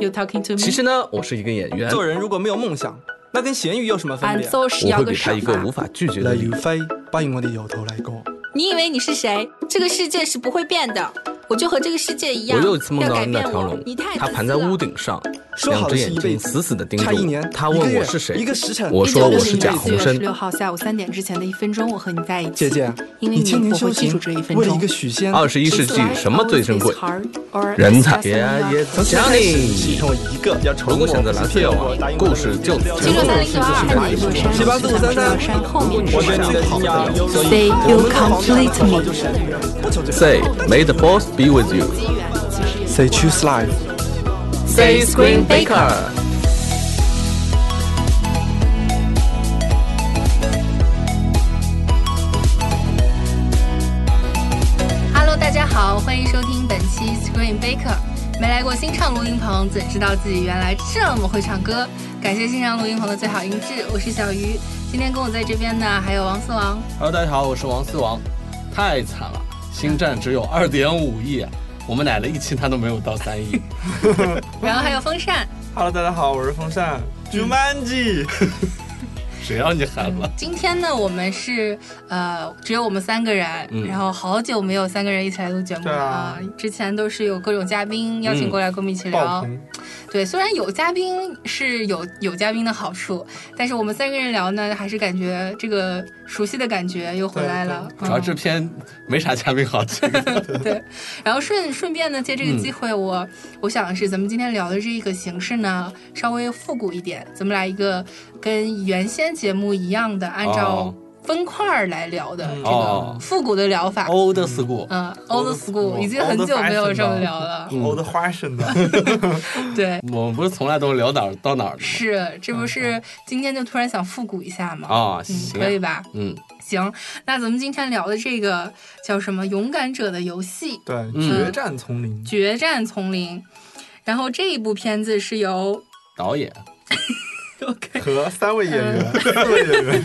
You talking to me？其实嗯呢，我是一个演员，做人如果没有梦想，那跟咸鱼有什么分俺别？做是我要会个给他什一啊个么无？法拒绝的例理如由。飛，不如我哋由頭嚟過。你以为你是谁？这个世界是不会变的，我就和这个世界一样。我又一次梦要到改那变条我龙你太，它自盘私在了屋顶上，说两好只的眼是一睛辈死死的盯差一住年，。他一个问月我是谁一，个时辰，我说我是贾四宏月十生。六号下午三点之前的一分钟，我和你在一起。姐姐，因为你千你年不修会记行住这一分为了一钟个。许仙，二十一世纪什么最珍贵？人才也也从现在开始只剩我一个要如承果诺选择蓝色药丸，故事就此七六三零九看哪一二，座山？七八四五三三山后面我是对山你。的信仰有 Say you complete me。 Say, may the force be with you. Say choose life。 Say, Screen Baker. Hello，大家好，欢迎收听本期 Screen Baker。没来过新唱录音棚，怎知道自己原来这么会唱歌？感谢新唱录音棚的最好音质，我是小鱼。今天跟我在这边的还有王四王， Hello，大家好，我是王思王。太惨了，星战只有二点五亿，我们奶了一期它都没有到三亿。然后还有风扇。 Hello，大家好，我是风扇。Jumanji，谁让你喊了？今天呢，我们是呃，只有我们三个人，然后好久没有三个人一起来录节目了嗯呃对啊嗯之前都是有各种嘉宾邀请过来，跟我们一起聊。爆棚，对，虽然有嘉宾是有有嘉宾的好处，但是我们三个人聊呢，还是感觉这个熟悉的感觉又回来了。主要 这嗯篇没啥嘉宾好听。 对，然后顺顺便呢，借这嗯个机会我，我、想是咱们今天聊的这个形式呢，稍微复古一点，咱们来一个跟原先节目一样的，按照哦分块儿来聊的这哦个复古的聊法。 Old school，嗯，old school 已经很久没有这么聊了。我的花生 的。对，我们不是从来都聊哪儿到哪儿的吗？是，这不是今天就突然想复古一下吗？嗯，啊，嗯行可以啊，吧？嗯行，那咱们今天聊的这个叫什么《勇敢者的游戏对，嗯决战丛林》， 《决战丛林》，然后这一部片子是由导演嗯 OK，和三位演员，四位演 员，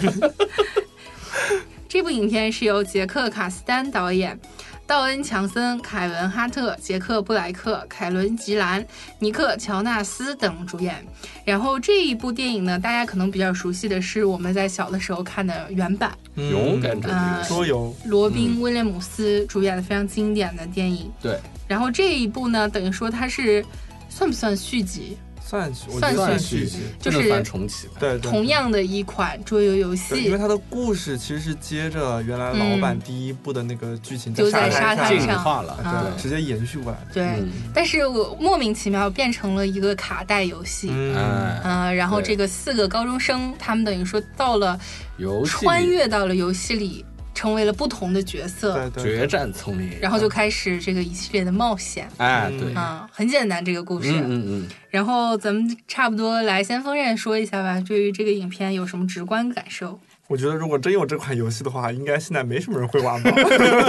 这部影片是由杰克·卡斯丹导演。道恩·强森、凯文·哈特、杰克·布莱克、凯伦·吉兰、尼克·乔纳斯等主演。然后这一部电影呢，大家可能比较熟悉的是我们在小的时候看的原版，嗯《勇敢者的嗯游戏》。啊桌游，罗宾·威廉姆斯主演的非常经典的电影。对，然后这一部呢，等于说它是算不算续集？算是我觉算得算续续集集，，就这是能算重启吧？对，对同。样的一款桌游游对因为戏，它的故事其实是接着原来老版第一部的那个剧情，就在沙沙滩进上，化了，啊对，对直接延续过来的。对。嗯但是我莫名其妙变成了一个卡带游戏。嗯嗯，哎，然后对这个四个高中生，他们等于说到了游戏穿越到了游戏里，成为了不同的角色，对对决战丛林，然后就开始这个一系列的冒险哎，对，嗯啊、很简单这个故事。嗯嗯，然后咱们差不多来先锋刃说一下吧，对于这个影片有什么直观感受？我觉得如果真有这款游戏的话，应该现在没什么人会玩吧。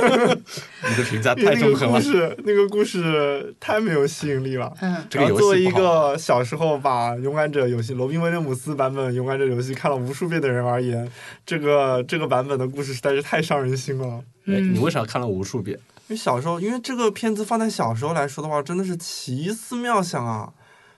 你的评价因 太为那中个肯故了。事，那个故事太没有吸引力了。嗯，这个然游后作为戏一不好，哎个小时候把《勇敢者》游戏罗宾威廉姆斯版本《勇敢者》游戏看了无数遍的人而言，这个这个版本的故事实在是太伤人心了。哎嗯你为啥看了无数遍？因为小时候，因为这个片子放在小时候来说的话，真的是奇思妙想啊，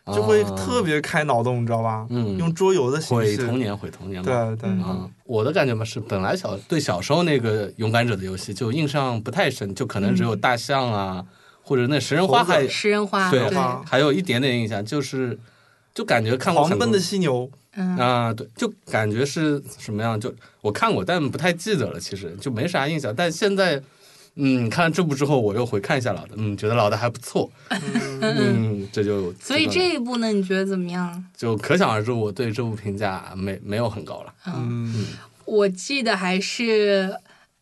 就会啊特别开脑洞，你知道吧？嗯用桌游的形毁式，童年，毁童年嘛。对嗯对，啊，我的感觉嘛是，本来小对小时候那个勇敢者的游戏就印象不太深，就可能只嗯有大象啊，或者那食人花猴子还食人花，对人花还有一点点印象，就是就感觉看过狂很多奔的犀牛，嗯，啊，对，就感觉是什么样，就我看过，但不太记得了，其实就没啥印象。但现在，嗯，看了这部之后，我又回看一下老的，嗯，觉得老的还不错，嗯，这就所以这一部呢，你觉得怎么样？就可想而知，我对这部评价没没有很高了。嗯，我记得还是，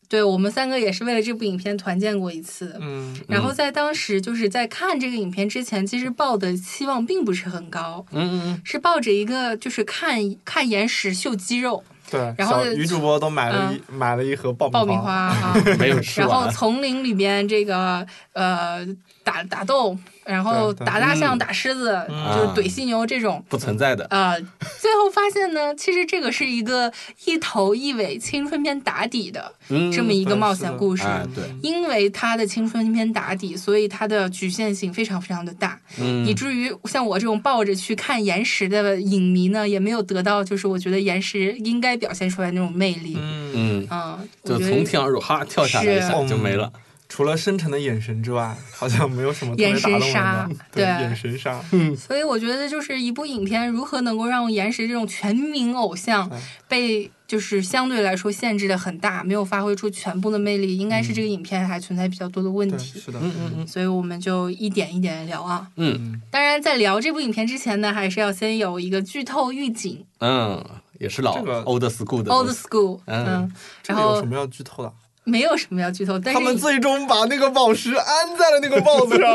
对我们三个也是为了这部影片团建过一次。嗯，然后在当时就是在看这个影片之前，其实抱的期望并不是很高，嗯嗯嗯，是抱着一个就是看看眼屎秀肌肉，对，然后小女主播都买了一买了一盒爆爆米米花 花，啊，没有吃然后完。丛林里边这个呃打打斗，然后对对打大象、嗯打狮子，嗯就是怼犀牛这种。不存在的，呃，最后发现呢，其实这个是一个一头一尾青春片打底的嗯，这么一个对冒是险的故事。哎，对，因为它的青春片打底，所以它的局限性非常非常的大，嗯以至于像我这种抱着去看岩石的影迷呢，也没有得到就是我觉得岩石应该表现出来那种魅力。嗯，嗯，嗯，就我觉从得天而入，哈跳下来一下是就没了。除了深沉的眼神之外，好像没有什么特别眼打神动人杀的。对，对眼神杀，嗯所以我觉得就是一部影片如何能够让岩石这种全民偶像嗯对被就是相对来说限制的很大，没有发挥出全部的魅力，应该是这个影片还存在比较多的问对，题。是的，嗯嗯所以我们就一点一点地聊啊。嗯当然，在聊这部影片之前呢，还是要先有一个剧透预警嗯嗯，也是老这个 old school 的东，old 西 school。嗯嗯，这然个有后什么要剧透的？没有什么要剧透，但他是们最终把那个宝石安在了那个 豹子上，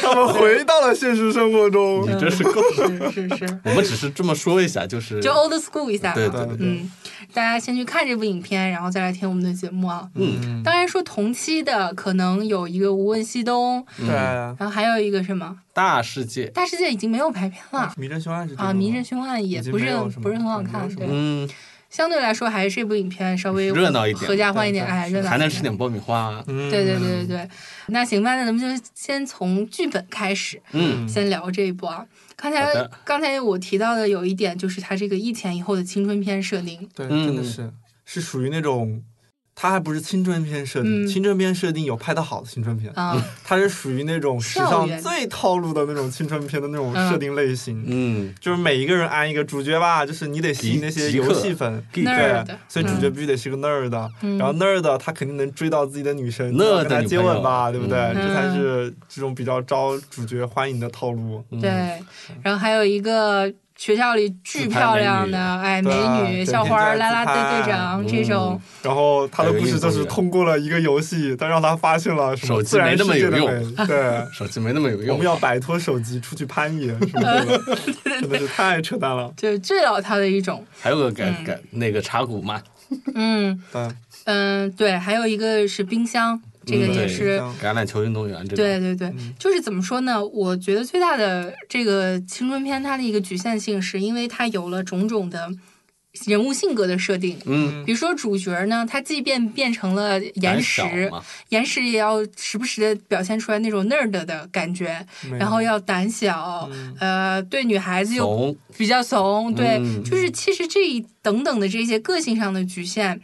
他们回到了现实生活中。 你真是够。嗯是是 是，我们只是这么说一下，就是就 old school 一下吧。对对对嗯，大家先去看这部影片，然后再来听我们的节目啊。嗯当然说同期的可能有一个《无问西东》，啊对，然后还有一个什么大世界《大世界》已经没有排片了迷阵凶案是这个啊，《吗迷阵凶案》也已经不是没有什么不是很好没有看，什么对，嗯，相对来说还是这部影片稍微热闹一点合家欢一点，对对哎，热闹一还能吃点爆米花。嗯，对对对对对，那行吧，那咱们就先从剧本开始，嗯先聊这一部啊。刚好才的刚才我提到的有一点就是它这个一前一后的青春片设定，对，嗯真的是是属于那种，它还不是青春片设定，嗯青春片设定有拍的好的青春片，啊，它是属于那种史校上园最套路的那种青春片的那种嗯设定类型。嗯，就是每一个人安一个主角吧，就是你得吸引那些游戏粉，极极客对 Nerd，，所以主角必须得是个 nerd，嗯然后 nerd 他肯定能追到自己的女神， Nerd 跟他接吻吧，女对不朋友嗯对？这才是这种比较招主角欢迎的套路。嗯对，然后还有一个学校里巨漂亮的哎美啊对女整校天花在儿自啦啦队拍队长这嗯种，然后他的故还有事就运动是员通过了一个游戏，但让他发现了什手么机自然没那世么界的有美。 对，手机没那么有我用们。要摆脱手机，出去攀岩什么 的，真的是太扯淡了。就是最老套的一种。还有个改改那个茶谷嘛，嗯对，嗯，对，还有一个是冰箱，这个嗯也对是。像橄榄球运动员这对种。对对，嗯就是怎么说呢？我觉得最大的这个青春片，它的一个局限性，是因为它有了种种的人物性格的设定。嗯，比如说主角呢，他即便变成了岩胆小石，嘛，岩石也要时不时的表现出来那种 nerd 的感觉，没然有嗯后要胆小，嗯呃，对女孩子又怂，比较怂，对，嗯就是其实这一等等的这些个性上的局限，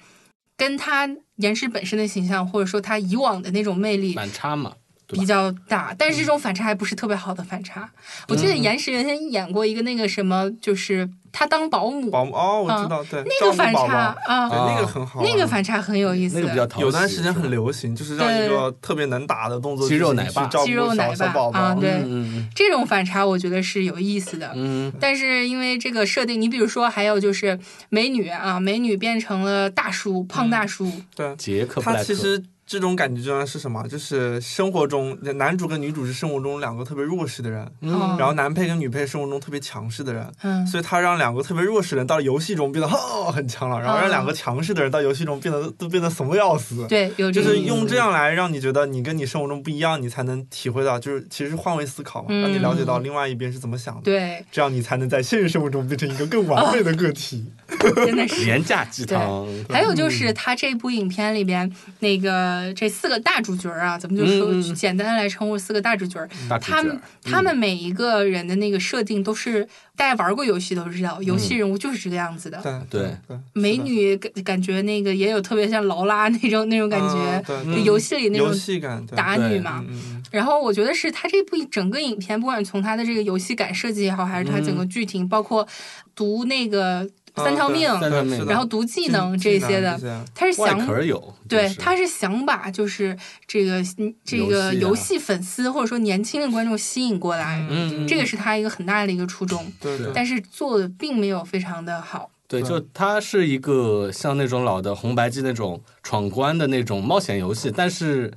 跟他岩石本身的形象，或者说他以往的那种魅力，反差嘛，对吧比较大，但是这种反差还不是特别好的反差。我记得岩石原先演过一个那个什么，就是他当保姆保姆哦，我知道，对，嗯那个照反顾宝差宝，对，啊，啊那个很好玩，那个反差很有意思那个。比较讨喜。有段时间是吧很流行，就是让一个特别能打的动作肌肉巨星奶爸去照肌肉顾奶小爸小宝啊宝，对嗯这种反差我觉得是有意思的，嗯但是因为这个设定，你比如说还有就是美女啊，美女变成了大叔，胖大叔，对嗯，，杰克布他莱其克，实这种感觉就像是什么，就是生活中男主跟女主是生活中两个特别弱势的人，嗯然后男配跟女配生活中特别强势的人。嗯，所以他让两个特别弱势的人到了游戏中变得哦很强了，然后让两个强势的人到游戏中变得都变得怂的要死。嗯对，有这就个是意思用这样来让你觉得你跟你生活中不一样，你才能体会到，就是其实是换位思考嘛，嗯让你了解到另外一边是怎么想的，对，这样你才能在现实生活中变成一个更完美的个体。真的 是。廉价鸡汤，还有就是他这部影片里边那个这四个大主角啊，咱们就说、嗯嗯嗯简单的来称呼四个大主角，大主他角们、他们每一个人的那个设定都是大家玩过游戏都知道，游戏人物就是这个样子的。对对对，美女感感觉那个也有特别像劳拉那种那种感嗯觉，对就对游戏里那种游戏感，对打女对嘛嗯。嗯然后我觉得是他这部整个影片，不管从他的这个游戏感设计也好，还是他整个剧情，包括读那个嗯三条对命，三条命是的然后读技能技这技些能的，他是外想壳有，对就是，他是想把就是这个嗯这游个戏啊游戏粉丝或者说年轻的观众吸引过来，嗯，这个是他一个很大的一个初衷，对对但是做的并没有非常的好。对，就它是一个像那种老的红白机那种闯关的那种冒险游戏，但是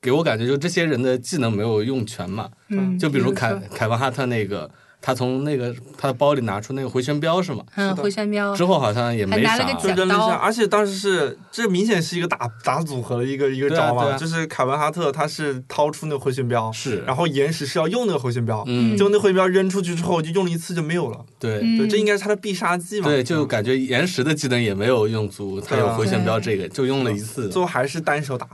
给我感觉就这些人的技能没有用全嘛。嗯，就比如说凯凯文哈特那个，他从那个他的包里拿出那个回旋镖是吗？嗯，回旋镖之后好像也没还拿啥了个就剪了，扔了一刀下，而且当时是这明显是一个打打组合的一个一个对啊招嘛，对啊就是凯文哈特他是掏出那个回旋镖，是然后岩石是要用那个回旋镖，嗯，结果那回旋镖扔出去之后就用了一次就没有了，对。嗯对，这应该是他的必杀技嘛，对，就感觉岩石的技能也没有用足，他对啊有回旋镖这个就用了一次，最后还是单手打，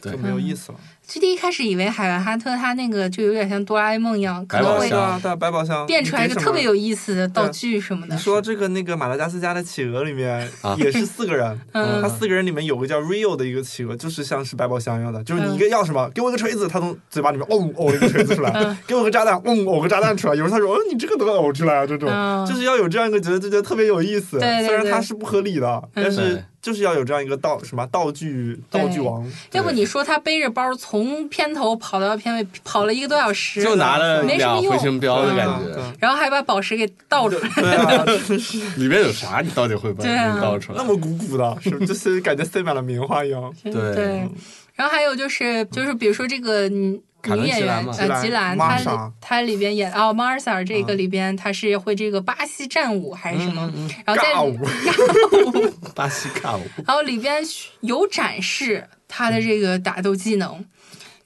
对就没有意思了。其实一开始以为海文哈特他那个就有点像哆啦 A 梦一样，可白宝能对会箱啊，对啊，百宝箱变出来一个特别。你给什么有意思的道具什么的嗯你。说到这个那个马达加斯加的企鹅里面啊 也是四个人， 嗯他四个人里面有个叫 Rio 的一个企鹅，就是像是百宝箱一样的，就是嗯你一个要什么，给我一个锤子，他从嘴巴里面嗡呕一个锤子嗯出来， 给我个炸弹，嗡呕个炸弹出来。有时候他说，哦，你这个能呕出来啊，这种嗯就是要有这样一个觉得就觉得特别有意思。对对虽然对嗯它是不合理的，但是对就是要有这样一个道什么道具道具对王，要不你说他背着包从片头跑到片尾，跑了一个多小时，就拿了没什么俩用嗯回旋镖的感对觉啊。然后还把宝石给倒出来。对啊， 真是里面有啥？你到底会把嗯对啊你搞出来那？么鼓鼓的，是不是就是感觉塞满了棉花一样？对嗯嗯然后还有就是就是比如说这个女凯女伦演吉员兰嘛嗯呃吉吉兰，兰她 Marsha 里她里边演哦 Martha 这个里边她是会这个巴西战舞还是什嗯么，然后在尬里舞， 巴西卡舞然后里边有展示她的这个打斗技能。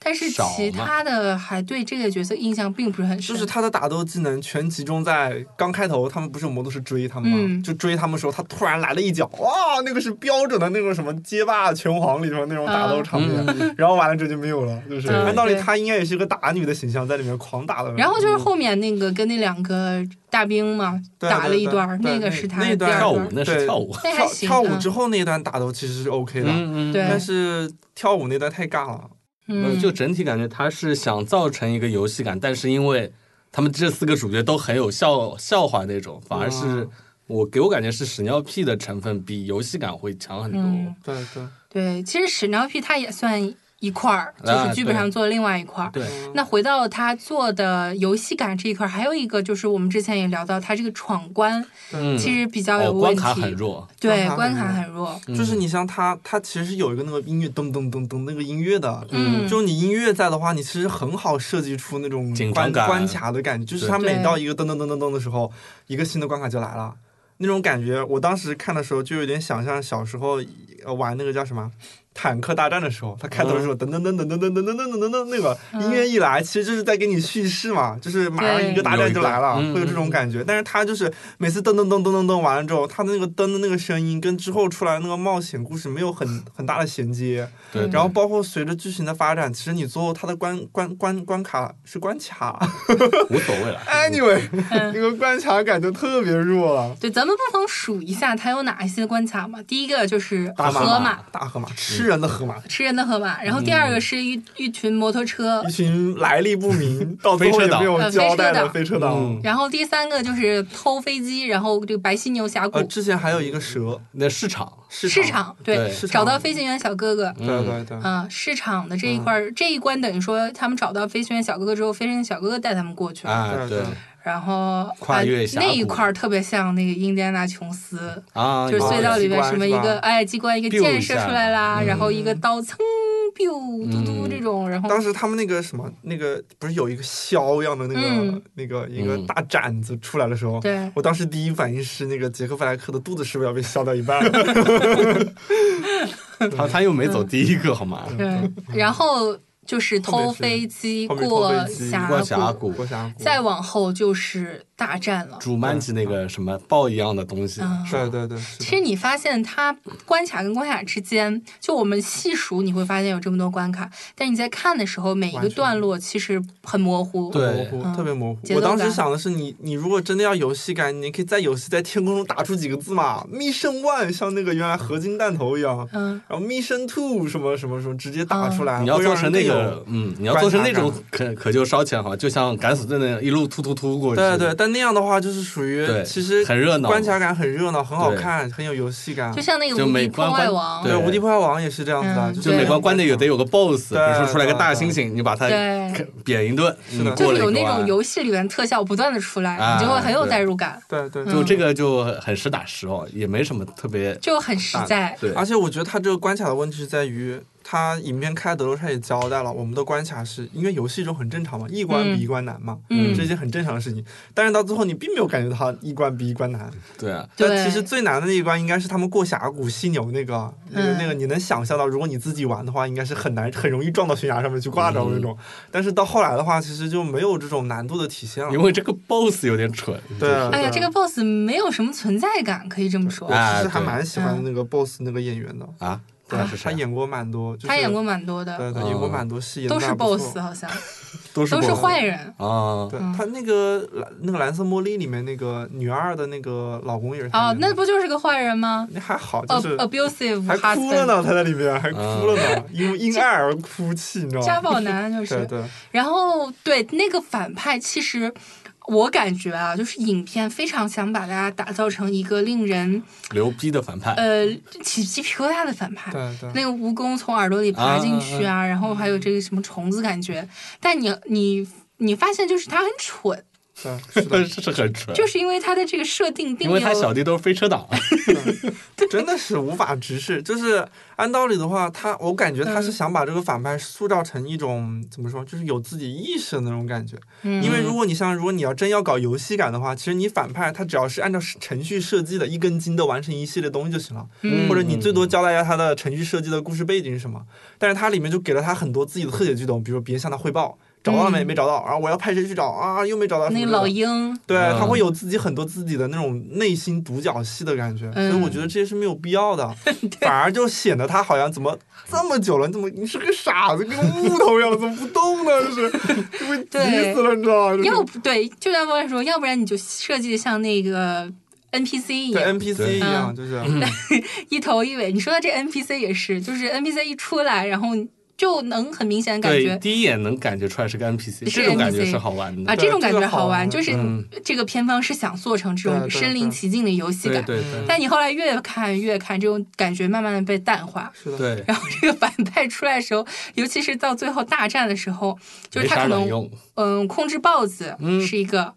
但是少其嘛他的还对这个角色印象并不是很深，就是他的打斗技能全集中在刚开头，他们不是有摩托车追他们吗？嗯就追他们的时候，他突然来了一脚，哇，那个是标准的那种什么街霸拳皇里头那种打斗场面，然后完了之后就没有了，就是对按道理嗯对他应该也是个打女的形象在里面狂打的，嗯然后就是后面那个跟那两个大兵嘛对打了一对段儿，对那个那是他那的一第段二跳段舞儿，那对是跳舞，那还跳行跳舞嗯之后那一段打斗其实是 OK 的，嗯嗯，对但是跳舞那段太尬了，嗯嗯，就整体感觉他是想造成一个游戏感，但是因为他们这四个主角都很有笑笑话那种，反而是我给我感觉是屎尿屁的成分比游戏感会强很多。嗯对对，对，其实屎尿屁它也算一块儿，就啊是剧本上做的另外一块儿。对，嗯那回到他做的游戏感这一块儿，还有一个就是我们之前也聊到，他这个闯关嗯，其实比较有哦，问关题，卡很弱，对，关关卡卡很很弱，就是嗯你像他，他其实有一个那个音乐噔噔噔噔那个音乐的，嗯就你音乐在的话，你其实很好设计出那种紧关张感关卡的感觉，就是对他每对到一个噔噔噔噔噔的时候，一个新的关卡就来了，那种感觉，我当时看的时候就有点想象小时候呃玩那个叫什么。坦克大战的时候，他开头嗯的时候噔噔噔噔噔噔噔噔噔噔噔噔，那个音乐一来，其实就是在给你叙事嘛，就是马上一个对大战就来了有一个，嗯会有这种感觉。但是他就是每次噔噔噔噔噔噔完了之后，他的那个噔的那个声音跟之后出来的那个冒险故事没有很很大的衔接。对，嗯然后包括随着剧情的发展，其实你最后它的关关关关卡是关卡无所谓了。 ，anyway，那个关卡感觉特别弱了。对，咱们不妨数一下它有哪一些关卡嘛。第一个就是大河马嗯马，大河马吃人的河马，吃人的河马，然后第二个是一一群摩托车一，群来历不明，到最后飞也车党没有呃交代的飞飞车党嗯。然后第三个就是偷飞机，然后这个白犀牛峡呃，谷之前还有一个蛇那哦市场，市市场，对对，市场找到飞行员小哥哥，对嗯对对，嗯，市场的这一块儿，这一关等于说他们找到飞行员小哥哥之后，飞行员小哥哥带他们过去了，啊，对对然后跨越峡啊、谷那一块儿特别像那个印第安纳琼斯，啊，就是隧道里边啊什么一机关是个吧哎机关一个 biu 箭射出来啦，一下然后一个刀噌 biu 嘟嘟嗯这种，然后当时他们那个什么，那个不是有一个削一样的那个、嗯那个一个嗯大斩子出来的时候，对我当时第一反应是那个杰克布莱克的肚子是不是要被削到 一半了？ 他他又没嗯走第一个，好吗？对，然后就是后偷面是飞机后面过偷飞机峡过峡谷，谷，我想，再往后就是大战了。主曼吉那个什么豹一样的东西，嗯对对对，是的其实你发现它关卡跟关卡之间，就我们细数，你会发现有这么多关卡，但你在看的时候，每一完个全段落其实很模糊。对模糊，嗯特别模糊节。奏我感当时想的是你，你如果真的要游戏感，你可以在游戏在天空中打出几个字嘛，Mission One，像那个原来合金弹头一样，嗯，然后 Mission Two 什么什么什么，直接打出嗯来。你要啊会让做成人那更个有，嗯，你要做成那种观可可就烧钱哈，就像敢死队那样一路突突突过去。对对，但那样的话就是属于对其实很热闹关卡感很热闹，很好对看，很有游戏感就。像那个就无敌每破关坏关王，对哦对，无敌破坏王也是这样子的，嗯就就是对每关关的有得有有个 BOSS，比对如说出来个大对猩猩，你把它对啃扁一顿，是的你就过是了有一那种关。游戏里面特效不断的出来，啊你就会很有对代入感，对对。嗯对就这个就很实打实哦，也没什么特别 就很实大的在。对，而且我觉得它这个关卡的问题是在于，他影片开德罗他也交代了，我们的关卡是因为游戏中很正常嘛，一关比一关难嘛，嗯这些很正常的事情。但是到最后你并没有感觉到一关比一关难，对啊，对但其实最难的那一关应该是他们过峡谷犀牛那个，那个嗯那个你能想象到，如果你自己玩的话，应该是很难很容易撞到悬崖上面去挂着那种。嗯但是到后来的话，其实就没有这种难度的体现了因。为这个 boss 有点蠢，对啊，哎呀，对啊这个 boss 没有什么存在感，可以这么说。啊我其实还对蛮喜嗯欢那个 BOSS 那个演员的，啊，对他是他谁啊？演过蛮多，就是他演过蛮多的，对对，嗯演过蛮多戏，演得都是还不错 boss，好像都都是 boss 坏人。啊，对嗯他那个蓝那个蓝色茉莉里面那个女二的那个老公也是嗯他哦演，的那不就是个坏人吗那还好，就？ab 是 abusive 还哭了 husband， 呢，他在里面还哭了呢，嗯因为因爱而哭泣，你知道吗？家暴 男就对是。对，然后对那个反派，其实我感觉啊，就是影片非常想把它打造成一个令人牛逼的反派，呃起鸡皮疙瘩的反派。对对，那个蜈蚣从耳朵里爬进去啊，然后还有这个什么虫子感觉，但你你你发现就是他很蠢，对，是的，是是很蠢，就是因为他的这个设定并因没为他有小弟都是飞车党，真的是无法直视。就是按道理的话，他我感觉他是嗯想把这个反派塑造成一种怎么说，就是有自己意识的那种感觉。嗯因为如果你像如果你要真要搞游戏感的话，其实你反派他只要是按照程序设计的一根筋的完成一系列东西就行了，嗯或者你最多交代一下他的程序设计的故事背景是什么。但是它里面就给了他很多自己的特写举动，比如别人向他汇报找到了没、嗯没找到，然后我要派谁去找啊又没找到什么那之类个的，老鹰，对，嗯他会有自己很多自己的那种内心独角戏的感觉，嗯所以我觉得这些是没有必 要的，反而就显得他好像怎么这么久了，你怎么你是个傻子，跟个木头一样，怎么不动呢？就是就被急死了，你知道吗？就是要不对，就像我说，要不然你就设计得像那个 NPC 一对样， NPC 一嗯样，就是一头一尾。你说的这 NPC 也是，就是 NPC 一出来，然后就能很明显地感 对，觉第一眼能感觉出来是个 NPC，是这种感觉 NPC 是好玩的啊，这种感这觉个好好玩，玩就是嗯这个片方是想做成这对种对身临对其境的游戏对感，对嗯对但你后来越看越看，这种感觉慢慢的被淡化。 是的，对，然后这个反派出来的时候，尤其是到最后大战的时候，就是没他啥可卵能用，嗯控制豹子嗯是一个，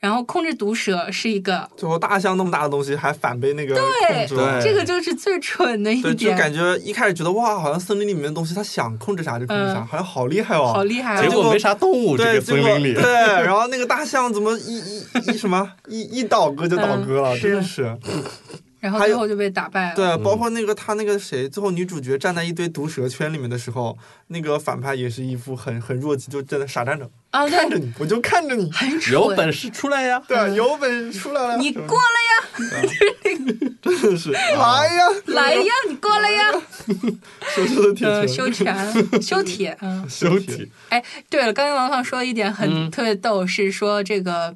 然后控制毒蛇是一个，最后大象那么大的东西还反被那个控制了对。这个就是最蠢的一哎对，就点，感觉一开始觉得哇，好像森林里面的东西，他想控制啥就控制啥，嗯好像好厉害哦。好厉害结啊！果没啥动物，这对，个结森果林里对，然后那个大象怎么一一一什么一一倒戈就倒戈了，嗯真的是。然后还最有后就被打败了。对，包括那个他那个谁，最后女主角站在一堆毒蛇圈里面的时候，那个反派也是一副很很弱鸡，就站在傻站着，啊，看着对，你，我就看着你。很蠢。有本事出来呀！对，啊有本事出来了，哎 你什么过来真 的是来呀，来呀，你过来呀！羞耻 的铁呃，拳，修禅、修铁， 嗯。修体，哎，对了，刚才王胖说一点很、嗯特别逗，是说这个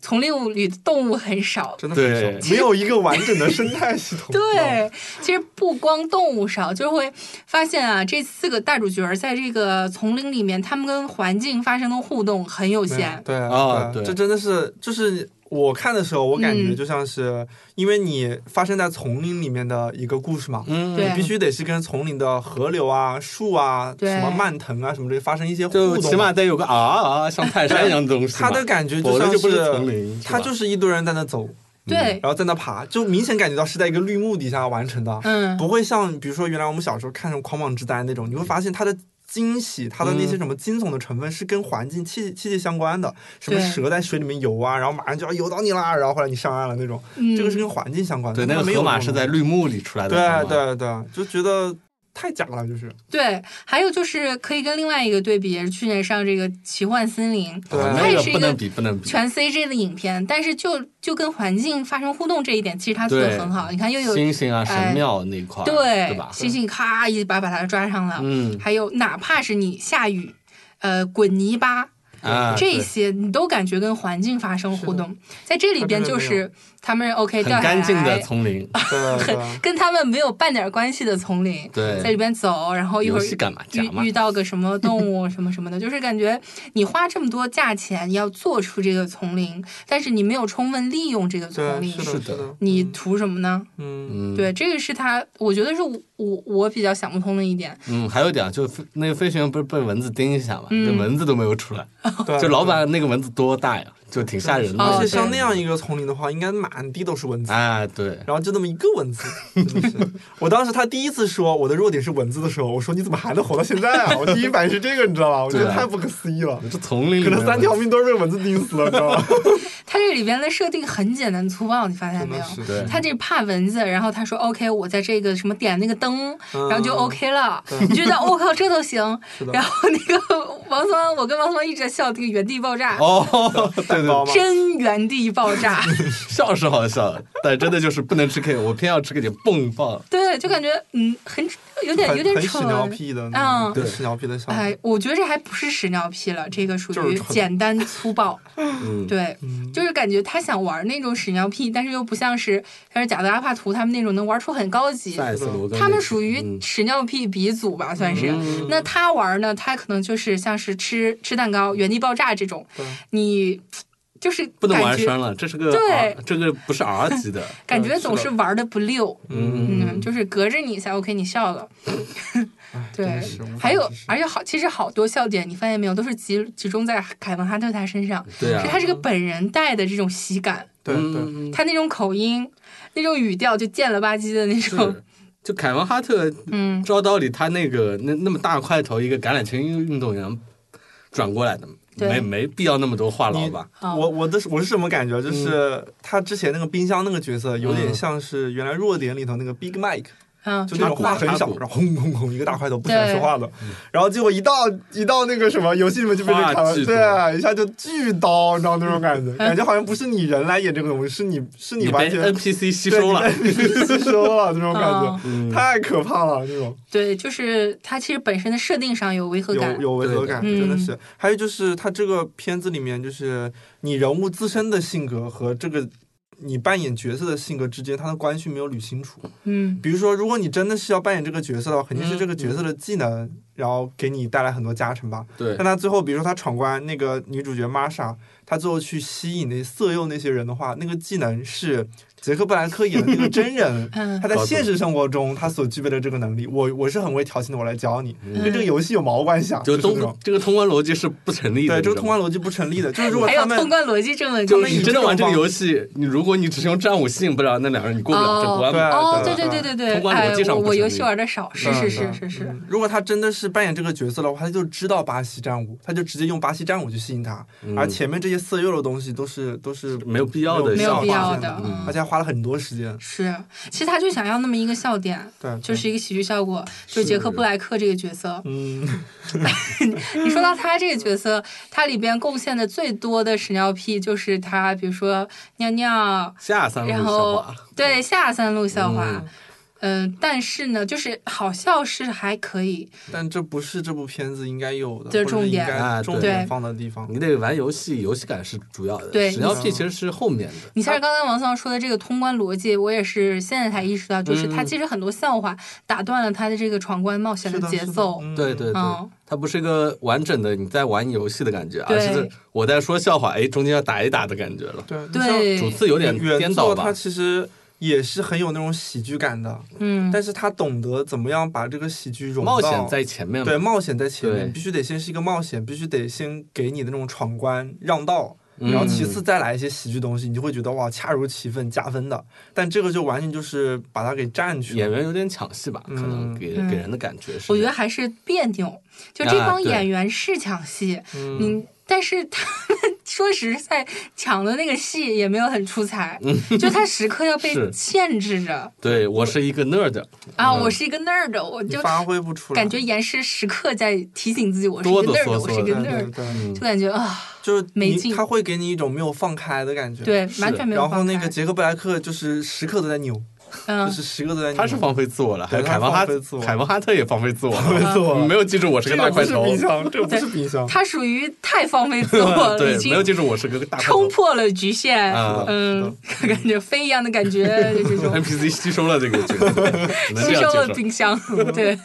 丛林里的动物很少。真的很对爽，没有一个完整的生态系统。对，其实不光动物少，就会发现啊，这四个大主角在这个丛林里面，他们跟环境发生的互动很有限。对啊对这真的是就是我看的时候，我感觉嗯就像是、因为你发生在丛林里面的一个故事嘛，嗯，对你必须得是跟丛林的河流啊、树啊、对什么蔓藤啊什么这些发生一些互动就嘛，起码得有个啊啊，像泰山一样的东西嘛。他的感觉否则就像就不是丛林，他就是是一堆人在那走，对，然后在那爬，就明显感觉到是在一个绿幕底下完成的，嗯，不会像比如说原来我们小时候看那种《狂蟒之丹》那种，你会发现它的惊喜，它的那嗯些什么惊悚的成分是跟环境息息息相关的，什么对蛇在水里面游啊，然后马上就要游到你啦，然后后来你上岸了那种，嗯这个是跟环境相关的。对那个没有河马这是种在绿幕里出来的，啊对是吗，对对，就觉得太假 了，就是对，还有就是可以跟另外一个对比，也是去年上这个《奇幻森林》，对啊它那也个是一不个能比，不能比，全 CG 的影片，但是就就跟环境发生互动这一点，其实它做的对很好。你看，又有星星啊、哎神庙那块儿，对吧？星星咔一把把它抓上了，嗯还有哪怕是你下雨，呃，滚泥巴、啊，这对些，你都感觉跟环境发生互动。在这里边就它真的没是他们 OK 很掉下干净的来，。丛林，对对啊跟他们没有半点关系的丛林，对在里边走，然后一会游儿戏干嘛夹嘛遇遇，到个什么动物什么什么的，就是感觉你花这么多价钱要做出这个丛林，但是你没有充分利用这个丛对，林是，是的的，的，你图什么呢？嗯，嗯，对，这个是他，我觉得是我我我比较想不通的一点。嗯，还有一点啊，就是飞那个飞行员不是被蚊子叮一下嘛，嗯那蚊子都没有出来，对就老板那个蚊子多大呀，就挺吓人的。哦而且对像那样一个丛林的话，应该满地都是蚊子。哎，对，然后就那么一个蚊子，真的是。我当时他第一次说我的弱点是蚊子的时候，我说你怎么还能活到现在啊？我第一反应是这个，你知道吧？我觉得对啊太不可思议了，这丛林里可能面三条命都是被蚊子叮死了，你知道吧？它这里边的设定很简单粗暴，你发现没有？对他这怕蚊子，然后他说 OK，我在这个什么点那个灯，嗯然后就 OK 了。你觉得我靠，这都行是？的然后那个王松安，我跟王松安一直在笑这个原地爆炸，哦，对蛋糕对，吗？真原地爆 炸。笑是好笑，但真的就是不能吃 K，我偏要吃个点蹦放。对，就感觉嗯，很有点有很点很屎蠢。尿屁的那种，嗯对屎尿屁的小孩，哎，我觉得这还不是屎尿屁了，这个属就是于蠢简单粗暴。嗯，对，就是感觉他想玩那种屎尿屁，但是又不像是像是贾德阿帕图他们那种能玩出很高级。塞斯罗根那种，他们属于嗯屎尿屁鼻祖吧，算是。那他玩呢，他可能就是像是吃吃蛋糕、原地爆炸这种对，你就是不能感玩觉栓了，这是个对 R- 这个不是 R 级的，感觉总是玩的不溜，嗯 嗯，就是隔着你一下，OK，你笑了。哎真 对的是无法还有直视，而且好，其实好多笑点，你发现没有，都是集集中在凯文哈特他身上，对是啊，他这个本人带的这种喜感，对对，嗯他那种口音、那种语调，就贱了吧唧的那种是。就凯文哈特， 嗯，照道理他那个那那么大块头一个橄榄球运动员转过来的，对没没必要那么多话痨你吧？哦我我的我是什么感觉？就是他之前那个冰箱那个角色，有点嗯像是原来弱点里头那个 Big Mike，嗯，就那种古话很阿少古，然后轰轰轰一个大块头不喜欢说话的，然后结果一到一到那个什么游戏里面就被人话砍了，巨对多，一下就巨刀，你知道那种感觉，感觉好像不是你人来演这个东西，是你是你完被全 NPC 吸收了，对你被吸收了那种感觉，嗯太可怕了这种，对，就是他其实本身的设定上有违和感有。有违和感，对的真的是。还有就是他这个片子里面，就是你人物自身的性格和这个。你扮演角色的性格之间，他的关系没有捋清楚。嗯，，比如说，如果你真的是要扮演这个角色的话，肯嗯定是这个角色的技能，然后给你带来很多加成吧。对但，他最后，比如说他闯关那个女主角玛莎，她最后去吸引那色诱那些人的话，那个技能是杰克布莱克演的那个真人 嗯他在现实生活中他所具备的这个能力。我我是很会调情的，我来教你，跟这个游戏有毛关系啊？嗯就是通那种这个通关逻辑是不成立的，对这你知个道通吗关逻辑不成立的，就是如果还有通他们嗯关逻辑这个就问是题。你真的玩这个游戏，你如果你只是用战舞吸引不了那两人，你过不了这关对啊嘛。哦，对对对对对对通对，关哎逻辑，上我不我成游立戏玩的少，是是是嗯是是，嗯如果他真的是扮演这个角色的话，他就知道巴西战舞，他就直接用巴西战舞去吸引他，嗯而前面这些色诱的东西都是都是没有必要的没有必要效的的，，嗯而且还花了很多时间。是，啊其实他就想要那么一个笑点，对，就是一个喜剧效果，就是杰克布莱克这个角色。嗯，你说到他这个角色，他里边贡献的最多的屎尿屁就是他，比如说尿尿，下三路然笑后话，对下三路笑话。嗯、但是呢，就是好笑是还可以，但这不是这部片子应该有的，这是或者重点嗯应该啊对重点放的地方。你得玩游戏，游戏感是主要的。对屎尿屁其实是后面的。你像是刚才王桑说的这个通关逻辑，我也是现在才意识到，嗯就是他其实很多笑话打断了他的这个闯关冒险是的节奏。是的嗯对对对嗯，它不是一个完整的你在玩游戏的感觉，啊而对是我在说笑话，哎，中间要打一打的感觉了。对对，主次有有点原颠倒作吧它？其实也是很有那种喜剧感的，嗯，但是他懂得怎么样把这个喜剧融到冒险在前面嘛，对冒险在前面，嗯对必须得先是一个冒险，必须得先给你的那种闯关让道。嗯然后其次再来一些喜剧东西，你就会觉得哇，恰如其分，加分的。但这个就完全就是把它给占去演了。员有点抢戏吧，可能给嗯给人的感觉是。我觉得还是别扭，就这啊帮对演员是抢戏，嗯，嗯，但是他们说实在抢的那个戏也没有很出彩，嗯就他时刻 要被是限制着对我是一个 nerd，啊！嗯我是一个 nerd，我你就发挥不出来，感觉严师时刻在提醒自己，我是一哆个哆 nerd，嗦我是嗦一对个对 nerd，对，嗯就感觉啊，就是没你劲他会给你一种没有放开的感觉。。对，是完全没有然后放那开个，杰克布莱克就是时刻都在扭， 就嗯，是时刻都在扭。他是放飞自我了，还对有他凯文哈放飞自我凯文哈特也放飞自我了，放飞自我了嗯你没有记住我是这个大个不块是头，冰箱，这个不是冰箱。他属于太放飞自我 了，对已，没有经记住我是个大块头冲破了局限，啊嗯， 感觉飞一样的感觉， 就这种。 ，NPC 吸收了这个角色，只能这吸收样了接受。冰箱，对，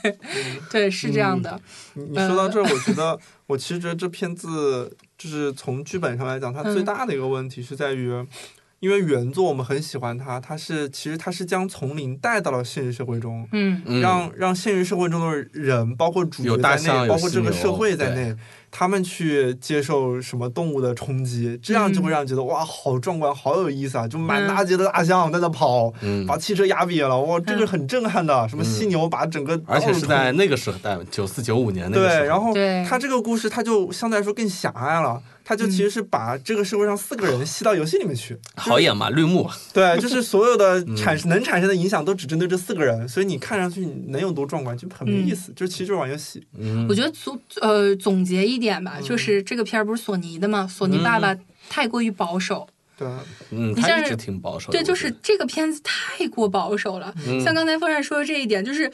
对，是这样的。你你说到这儿，我觉得我其实觉得这片子就是从剧本上来讲，它最大的一个问题是在于，因为原作我们很喜欢它，它是其实它是将丛林带到了现实社会中，嗯嗯让让现实社会中的人，包括主角有大在象内，有包括这个犀牛社会在对内，他们去接受什么动物的冲击，这样就会让人觉得、哇，好壮观，好有意思啊！就满大街的大象在那跑，嗯把汽车压瘪了，哇，这个很震撼的。什么犀牛把整个而且道路是在那个时代，九四九五年那对个时候，，然后对嗯他这个故事，他就相对来说更狭隘了。他就其实是把这个社会上四个人吸到游戏里面去，好演嘛，绿幕，啊对，就是所 有的嗯产生能产生的影响都只针对这四个人，所以你看上去你能有多壮观就很没嗯意思，就其实就是玩游戏。嗯我觉得总呃总结一点吧，就是这个片儿不是索尼的吗？索尼爸爸太过于保守，对，嗯，你像他一是直挺保守的，对，我就觉是得这个片子太过保守了。嗯像刚才风扇说的这一点，就是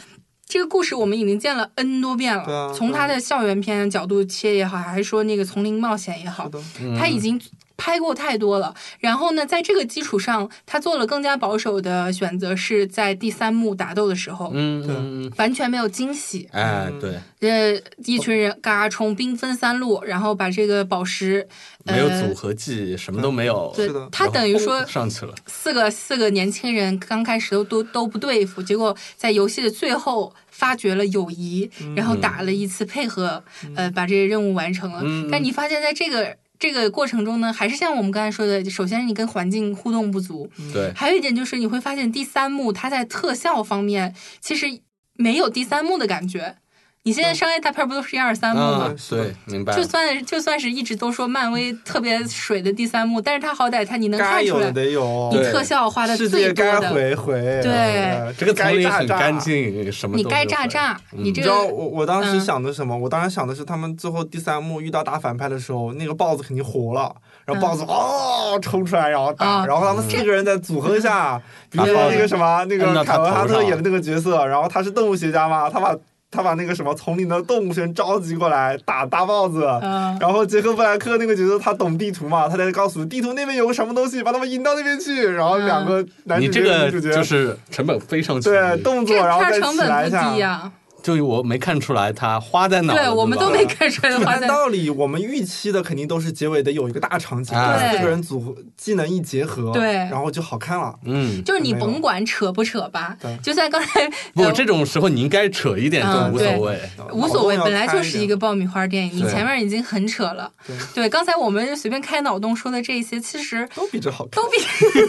这个故事我们已经见了 N 多遍了，对啊从他的校园片角度切也好，还是说那个丛林冒险也好是，的，他已经拍过太多了。然后呢，在这个基础上，他做了更加保守的选择，是在第三幕打斗的时候。嗯嗯，嗯完全没有惊喜，哎，对，呃，一群人嘎冲，兵分三路，然后把这个宝石，呃、没有组合技，什么都没有，嗯对是的，他等于说然后上去了，四个四个年轻人刚开始都都都不对付，结果在游戏的最后发掘了友谊，嗯然后打了一次配合，呃，把这些任务完成了。嗯嗯但你发现在这个这个过程中呢，还是像我们刚才说的，首先是你跟环境互动不足，对，还有一点就是你会发现第三幕它在特效方面其实没有第三幕的感觉。你嗯现在商业大片不都是一二三幕吗？啊，对，明白就了，算就算是一直都说漫威特别水的第三幕，但是它好歹它你能该看出有来的，得有你对，特效花的世最界多该的，回回。对哎这个丛该林炸很炸干净，什么你都该没有炸的炸，你嗯你这知道个我我当时嗯想的什么？我当时想的是，他们最后第三幕遇到打反派的时候，那个豹子肯定活了，然后豹嗯子哦冲出来，然后打，啊然后他们四个人再组合一嗯下，比如把说豹子那个什么，那摁到他个凯文头哈特上演的那个角色，然后他是动物学家嘛，他把他把那个什么丛林的动物全召集过来打大豹子，嗯然后杰克布莱克那个角色他懂地图嘛，他在告诉地图那边有个什么东西，把他们引到那边去，然后两嗯个男你主角这女个主角就是成本非常低对啊动这作，个然后片再儿成起本来一不下低。啊，就我没看出来他花在哪啊儿了，对我们吧都没看出 来就花按在。道理，我们预期的肯定都是结尾得有一个大场景，哎四个人组合技能一结合，对然后就好看了。嗯，就是你没有甭管扯不扯吧对，就像刚才不，呃这种时候你应该扯一点嗯都无所谓，无所谓，脑洞要本来就开是点一个爆米花电影，你对前面已经很扯了。对，刚才我们就随便开脑洞说的这些，其实都比这好看都。比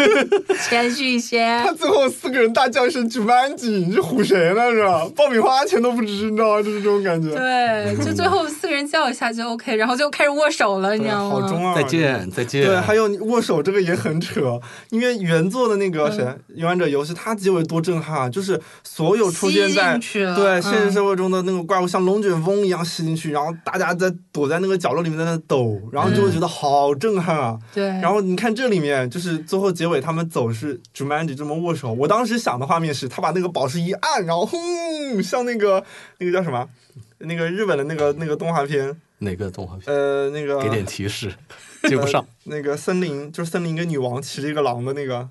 谦虚一些他。最后四个人大叫一声“举满几”，你是唬谁呢？是吧？爆米花钱都不值，你知道吗？就是这种感觉。对，就最后四个人叫一下就 OK，然后就开始握手了，你知对，道哎好吗？中二。啊再。见再见，对，还有握手这个也很扯，因为原作的那嗯个谁《勇敢者游戏》，它结尾多震撼啊！就是所有出现吸在进去了对现实嗯社会中的那个怪物，像龙卷风一样吸进去，然后大家在躲在那个角落里面在那抖，然后就会觉得好震撼啊！嗯对，然后你看这里面，就是最后结尾他们走是 Jumanji 这么握手。我当时想的画面是，他把那个宝石一按，然后轰，像那个那个叫什么，那个日本的那个那个动画片，哪个动画片？呃，那个给点提 示，接不上。那个森林，就是森林跟女王骑着一个狼的那个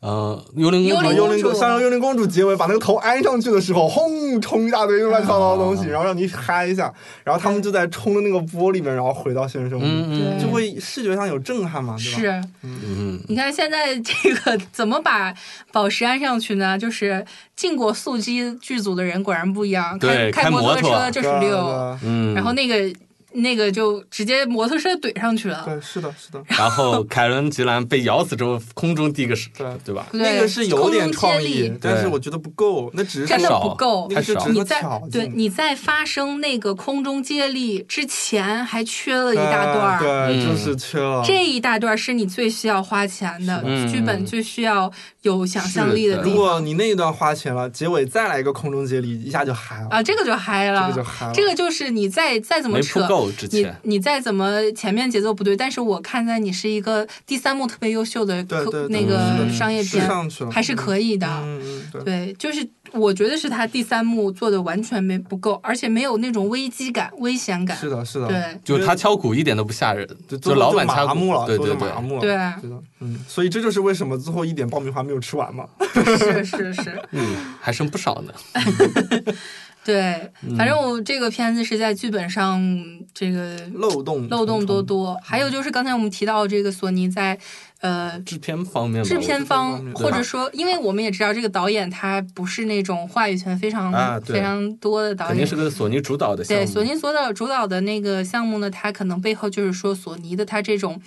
呃，幽灵幽公灵主，幽公灵公，主像幽灵公主结尾把那个头安上去的时候，轰，冲一大堆乱七八糟的东西，哦然后让你嗨一下，然后他们就在冲的那个波里面，然后回到现实生活中，嗯对嗯就会视觉上有震撼嘛，对吧？是，嗯，你看现在这个怎么把宝石安上去呢？就是进过速激剧组的人果然不一样，对开开摩摩托托车就是对啊六，嗯，然后那个那个就直接摩托车怼上去了。对，对是的，是的。然后凯伦吉兰被咬死之后，空中第一个是，对对吧？ 对那个是有点创空中接意力，但是我觉得不够，那只是真的少不够那个就太少只你是在巧劲对你在发生那个空中接力之前，还缺了一大段儿。哎对，嗯就是缺了。这一大段儿是你最需要花钱的，嗯剧本最需要有想象力的是的地如方果你那一段花钱了，结尾再来一个空中接力，一下就嗨了，啊，这个就嗨这了，个就嗨了。这个就是你再再怎么没扯铺，够之你前，你再怎么前面节奏不对，但是我看在你是一个第三幕特别优秀的对科对对那个嗯商业是片，上去了，还是可以的。嗯嗯嗯，对。对，就是我觉得是他第三幕做的完全没不够，而且没有那种危机感、危险感。是的，是的， 对就他敲鼓一点都不吓人，就就老板麻敲木鼓，了，对都对是对麻，木了，对啊是的，嗯，所以这就是为什么最后一点 爆米花没有吃完嘛，是是是，嗯，还剩不少呢。对，反正我这个片子是在剧本上这个漏洞漏洞多重重。嗯多，还有就是刚才我们提到这个索尼在呃制片方面吧，制片我方嗯觉得或者说，因为我们也知道这个导演他不是那种话语权非常、啊对非常多的导肯定演是。个索尼主导的项目。对索尼所导主导的那个项目呢，他可能背后就是说索尼的他这种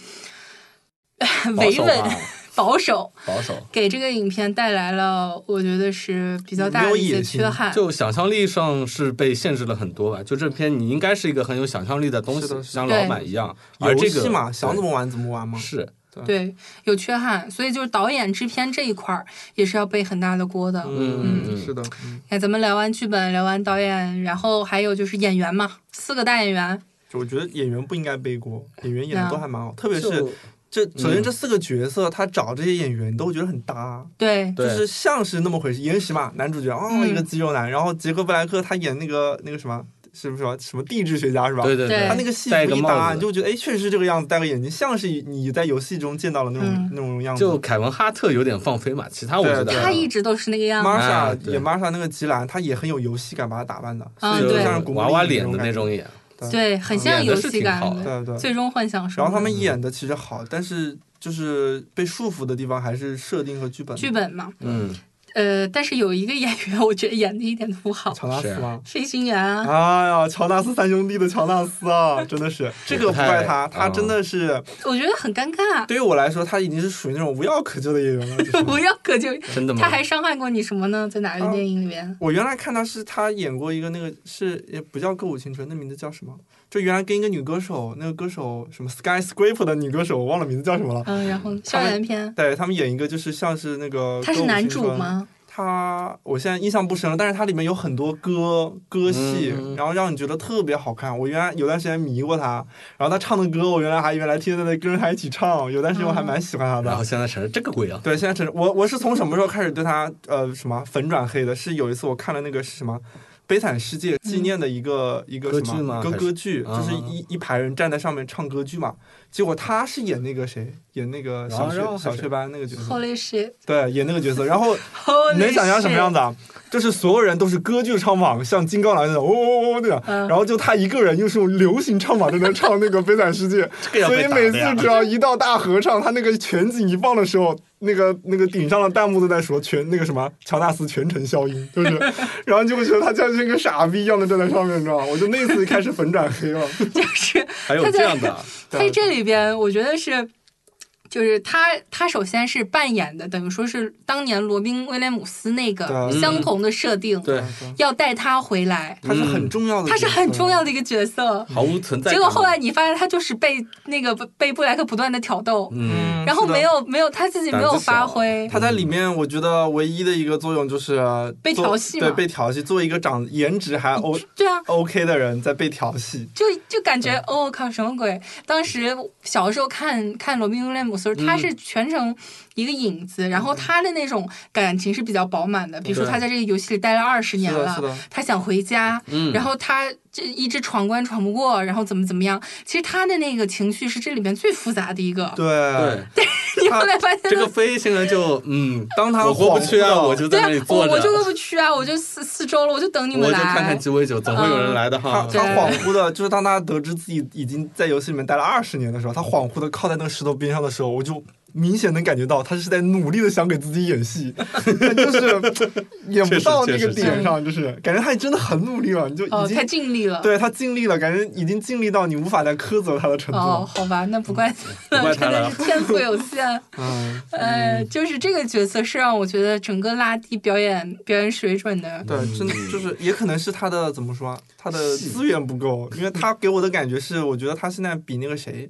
保维守稳吧， 保守，保守。给这个影片带来了我觉得是比较大没有的一野些心缺憾。就想象力上是被限制了很多吧？就这篇你应该是一个很有想象力的东西是，的是像的老满一样。而游这戏个嘛，想对怎么玩怎么玩嘛。是对，有缺憾，所以就是导演、制片这一块儿也是要背很大的锅的。嗯嗯是的，嗯哎，咱们聊完剧本，聊完导演，然后还有就是演员嘛，四个大演员，就我觉得演员不应该背锅，演员啊演的都还蛮好，特别就是这首先嗯这四个角色，他找这些演员，你都会觉得很搭，对对就是像是那么回事。岩石嘛，男主角啊、嗯一个肌肉男，然后杰克布莱克他演那个那个什么，是不是什么什么地质学家是吧？对对对他那个戏戴个服一帽搭，子你就觉得哎，确实是这个样子，戴个眼镜，像是你在游戏中见到了那种、嗯那种样子。就凯文哈特有点放飞嘛，其他我觉得对他一直都是那个样子。玛莎啊对演玛莎那个吉兰，她也很有游戏感，把她打扮的，啊所以就就对像是古墓娃丽娃影脸的那感觉。种演，对，很像演得游是戏挺感好的，对对。最终幻想是然后他吗们演的其实好，但是就是被束缚的地方还是设定和剧本。剧本嘛，嗯，呃，但是有一个演员，我觉得演的一点都不 好，乔纳斯是吗？飞行员啊，哎呀，乔纳斯三兄弟的乔纳斯啊， 真的是这个不怪他，太他真的是我觉得很尴尬， 对于我来说，他已经是属于那种无药可救的演员了。就是不要可就真的吗？他还伤害过你什么呢？在哪个电影里面？我原来看他是他演过一个那个是也不叫《歌舞青春》，那名字叫什么？就原来跟一个女歌手，那个歌手什么 Skyscraper 的女歌手，我忘了名字叫什么了。嗯，然后校园片，对哦他们演一个就是像是那个他是歌舞男青主春？吗？他我现在印象不深了，但是它里面有很多歌歌戏，嗯然后让你觉得特别好看。我原来有段时间迷过他，然后他唱的歌，我原来还原来天天在跟着他一起唱，有段时间嗯我还蛮喜欢他然的。后现在成了这个鬼啊样，对，现在真是我我是从什么时候开始对他呃什么粉转黑的？是有一次我看了那个是什么《悲惨世界》纪念的一个、一个嗯歌什剧吗么歌还是歌剧，啊就是一一排人站在上面唱歌剧嘛。结果他是演那个谁，演那个然后小然后还学小是学班那个角色， Holy shit！对，演那个角色，然后。你能想象什么样子？子啊？就是所有人都是歌剧唱法，像金刚狼那种，哦哦哦哦那样，嗯然后就他一个人又是用流行唱法在那唱那个《悲惨世界》，这个要所被以打每的次呀只。要一到大合唱，他那个全景一放的时候，那个那个顶上的弹幕都在说全那个什么乔纳斯全程消音，就是，然后就会觉得他像是一个傻逼一样的站在上面，你知道吗？我就那次开始粉转黑了， 就是还有他在这样 的啊，在这里边，我觉得是。就是他，他首先是扮演的，等于说是当年罗宾威廉姆斯那个对啊嗯相同的设定，对，要带他回来，他是很重要的，他是很重要的一个角嗯色。毫无存在感。结果后来你发现他就是被那个被布莱克不断的挑逗，嗯，然后是的没有没有他自己没有胆子小发挥，他在里面，我觉得唯一的一个作用就是被做调戏嘛对，被调戏。作为一个长颜值还 O 对啊， OK 的人在被调戏，就就感觉嗯哦靠，什么鬼？当时小时候看看《罗宾威廉姆斯》，他嗯是全程一个影子，然后他的那种感情是比较饱满的。比如说对他在这个游戏里待了二十年是的了是的，他想回家，嗯然后他这一直闯关闯不过，然后怎么怎么样？其实他的那个情绪是这里边最复杂的一个。对对，你后来发现这个飞行人就嗯，当他我过不恍去啊，惚到我就对 在啊那里，我坐着，我就过不去啊，我就四四周了，我就等你们我来。就看看鸡尾酒，总会有人来的他哈。他对恍惚的，就是当他得知自己已经在游戏里面待了二十年的时候，他恍惚的靠在那个石头边上的时候，我就明显能感觉到他是在努力的想给自己演 戏，就是演不到那确实确实个点上，就是感觉他真的很努力了，你就已哦，太经尽力了。对他尽力了，感觉已经尽力到你无法再苛责他的程度哦，了。好吧，那不怪嗯不怪他真的了是天赋有限。嗯，呃，就是这个角色是让我觉得整个拉低表演表演水准嗯的。对，真的就是，也可能是他的怎么说啊，他的资源不够，因为他给我的感觉是，我觉得他现在比那个谁，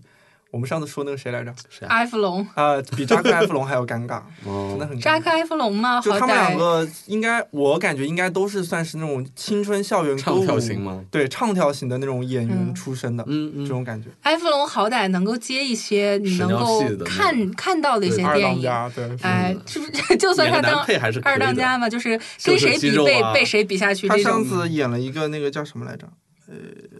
我们上次说那个谁来着，谁啊？埃弗隆，啊、比扎克埃弗隆还要尴尬，真嗯的很扎尴尬。克埃弗隆嘛，嗯就好他们两歹个，应该我感觉应该都是算是那种青春校园歌唱舞跳型？吗？对，唱跳型的那种演员嗯出身的、嗯这嗯，种感觉，埃弗隆好歹能够接一些你能够屎尿屁的那种看看到的一些二电当影。家对。哎，是不是 就算嗯他演个当男配还是可以二的当家嘛，就是跟谁秀秀肌比肉被啊被谁比下去他这上种。次演了一个那个叫什么来着？呃，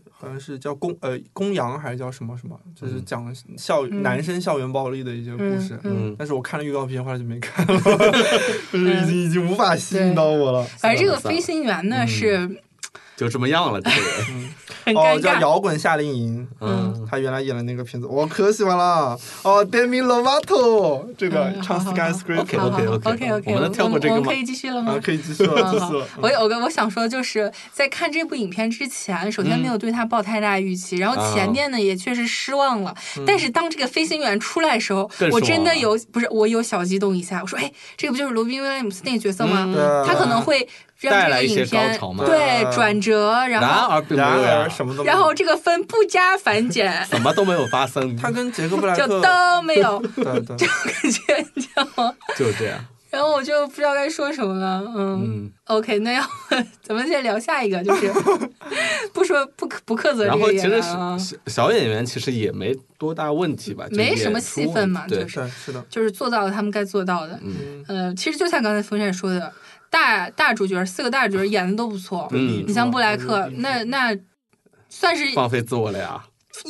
好像是叫公呃公羊还是叫什么什么，就是嗯讲校、嗯男生校园暴力的一些故事。嗯嗯，嗯，但是我看了预告片，后来就没看了， 就是已经已经无法吸引到我了。反正这个算了飞行员呢嗯是。就这么样了，这个 人，很哦尴叫《尬。摇滚夏令营》，嗯，他原来演了那个片子，我可喜欢了。哦，Demi Lovato 这个嗯唱好好好 Skyscraper，好 OK，OK，OK， OK OK，我们能跳过这个吗我们可以继续了吗啊，？可以 继续了，嗯继好续了。我有个我想说，就是在看这部影片之前，首先没有对它抱太大预期，然啊后前面呢也确实失望了。但是当这个飞行员出来的时候嗯更，失望我真的了有不是我有小激动一下，我说哎，这个不就是罗宾威廉姆斯那个角色吗？嗯对他可能会让带这来个一些影片高潮嘛对转折，然然后而并没然有呀，而，什么都没有然后这个分不加反减 什么都没有 发生，他跟杰克布莱就克，都没有对 对，感觉，你知道吗？就这样，然后我就不知道该说什么了，嗯嗯， OK，那要 咱们先聊下一个，就是 不说不苛不苛责然这后个其演实员小啊，小演员其实也没多大问题吧，就没演什么出戏份嘛，对就是对是的，就是做到了他们该做到的。嗯，呃，其实就像刚才风扇说的，大大主角四个大主角演的都不错，嗯你像布莱克，嗯那那算是放飞自我了呀，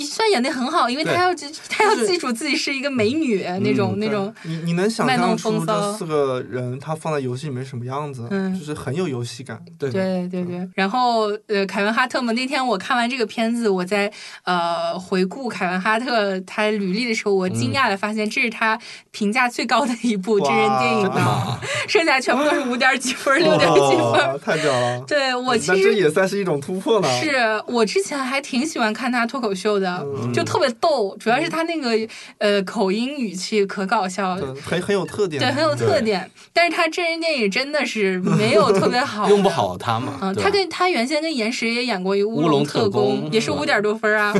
算演的很好，因为他对嗯要记他要记住自己是一个美女那种那种，你你能想卖弄象出风骚这四个人他放在游戏里面什么样子，嗯就是很有游戏感，对对嗯对对，然后呃，凯文哈特嘛，那天我看完这个片子，我在呃回顾凯文哈特他履历的时候，我惊嗯讶的发现这是他评价最高的一部真人电影哇了，啊， 剩下全部都是五点几分、六点几分。哇太屌了。 对我其哦那这实也算是一种突破了，是我之前还挺喜欢看他脱口秀的，嗯就特别逗，主要是他那个呃口音语气可搞笑了对，。很很有特点，对，很有特点，但是他真人电影真的是没有特 别好的，用不好他嘛，嗯，对他吧跟他原先跟岩石也演过一《乌乌龙特特工也是是吧五点多分儿 啊。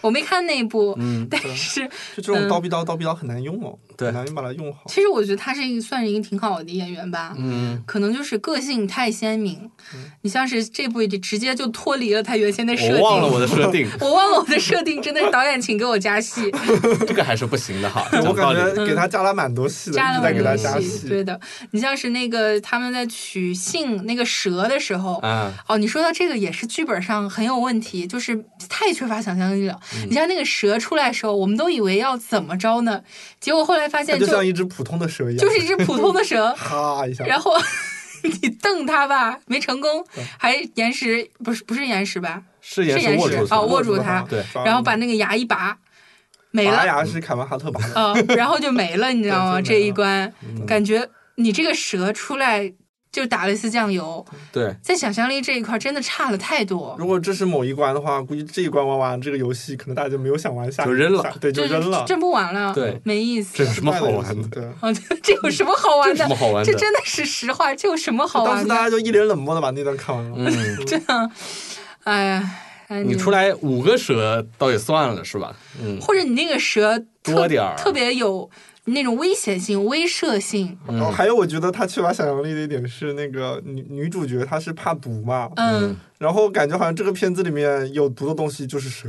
我没看那一部，嗯但是就嗯这种刀逼刀刀逼刀很难用哦，对很难把它用好。其实我觉得他是一个算是一个挺好的演员吧。嗯，可能就是个性太鲜明，你像是这部直接就脱离了他原先的设定。我忘了我的设定，我忘了我的设定，真的是导演请给我加戏， 这个还是不行的 哈，对我讲道感理觉给他加了蛮多戏嗯的，加一了直在给他蛮加多戏。对的，你像是那个他们在取信那个蛇的时候，嗯，哦，你说到这个也是剧本上很有问题，就是太缺乏想象力了。嗯你像那个蛇出来的时候，我们都以为要怎么着呢？结果后来发它现就就像一只普通的蛇一样，，就是一只普通的蛇 哈一下，然后你瞪它吧，没成功，嗯还岩石不是不是岩石吧，是是也岩握石住哦，握住住它，对然后把那个牙一拔，没嗯拔了，牙是凯文哈特拔的，呃，然后就没了，你知道吗？对就没这一了嗯关感觉你这个蛇出来就打了一次酱油，对，在想象力这一块真的差了太多。如果这是某一关的话，估计这一关玩完这个游戏，可能大家就没有想玩下一就个，扔了下对，就这扔了。这不玩了，对没意这思有。什么好玩的？对。啊，这 这有什么好玩有什的么？好玩这的？真的是实话，这有什么好当玩时大家的？就一脸冷漠的把那段看完了，嗯，哎呀，哎你出，来五个蛇倒也算了是吧？嗯，或者你那个蛇特多点儿特别有那种危险性、威慑性。嗯然后还有我觉得他缺乏想象力的一点是，那个女女主角她是怕毒嘛，嗯，然后感觉好像这个片子里面有毒的东西就是蛇，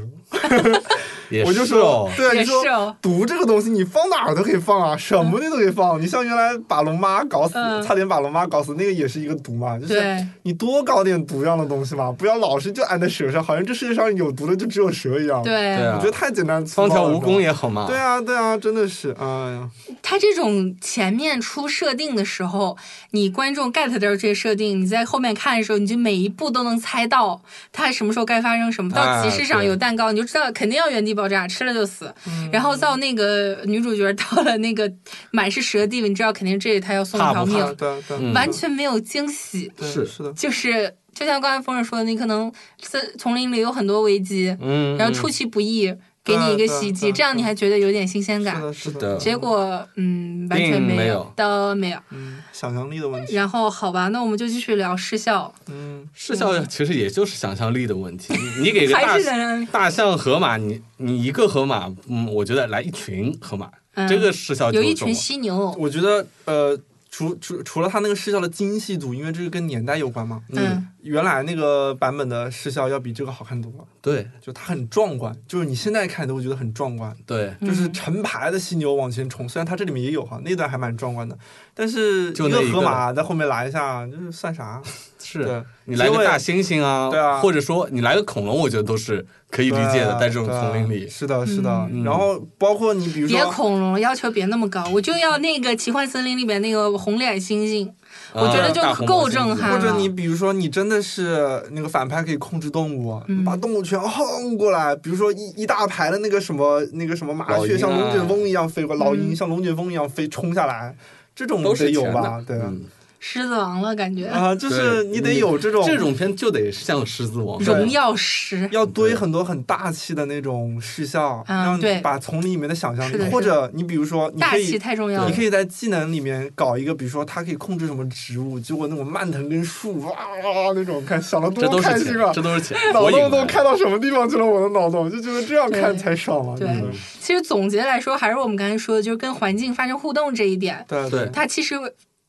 也我就是说哦，，对，也你说是哦毒这个东西，你放哪儿都可以放啊，什么你都可以放。你像原来把龙妈搞死，嗯差点把龙妈搞死，那个也是一个毒嘛，就是对你多搞点毒样的东西嘛，不要老是就按在蛇上，好像这世界上有毒的就只有蛇一样。，对，对啊我觉得太简单粗暴放条了。蜈蚣也。也好嘛。对啊，对啊，真的是，哎呀，它这种前面出设定的时候，你观众 get 到这个设定，你在后面看的时候，你就每一步都能猜到它什么时候该发生什么。到哎集市上对嗯有蛋糕，你就知道肯定要原地爆炸，吃了就死。然后到那个女主角到了那个满是蛇的地方，你知道肯定这她要送一条怕不怕对命，啊对啊对啊，嗯完全没有惊喜，对是是的，就是就像刚才风儿说的，你可能森丛林里有很多危机，嗯，嗯，然后出其不意。给你一个袭对对击，对这样你还觉得有点新鲜是感。的，是是的，嗯结果嗯，完并全没有有，都没有。嗯，想象力的问题，然后好吧，那我们就继续聊失效，嗯，视效其实也就是想象力的问题。你你给个还大是在那里大象、河马，你你一个河马，嗯，我觉得来一群河马，嗯这个视效就有一中群了犀牛，我觉得，呃，除除除了他那个视效的精细度，因为这个跟年代有关嘛，嗯，原来那个版本的视效要比这个好看多了，对就它很壮观，就是你现在看都会觉得很壮观，对，嗯就是成排的犀牛往前冲，虽然它这里面也有哈，那段还蛮壮观的，但是就一那个一个河马在后面来一下，就是算啥？是对你来个大结猩猩啊，对啊或者说你来个恐龙，我觉得都是可以理尾解的，对啊在这种对丛林里，是的，是的。嗯然后包括你比如别说，恐龙了，要求别那么高，我就要那个奇幻森林里边那个红脸猩猩，我觉得啊就大红够魔镜震子撼或了者你比如说，你真的是那个反派可以控制动物，嗯把动物全轰过来，比如说一一大排的那个什么那个什么麻老鹰雀啊像龙卷风一样飞过，老鹰嗯像龙卷风一样飞冲下来，这种都得是有钱吧的？对嗯狮子王了感觉，啊，就是对你得有这种这种片就得像《狮子王》对荣耀石，要堆很多很大气的那种视效，嗯让对你把从里面的想象是的力，是或的者你比如说，你大可气以太重要了你。可以在技能里面搞一个，比如说它可以控制什么植物，结果那种蔓藤跟树哇哇哇那种，看想的这都多开是心钱啊，！这都 是钱。脑我洞引都来开的到什么地方去了？我的脑洞就觉得这样对看才爽了。对真的其实总结来说，还是我们刚才说的，就是跟环境发生互动这一点，对对他其实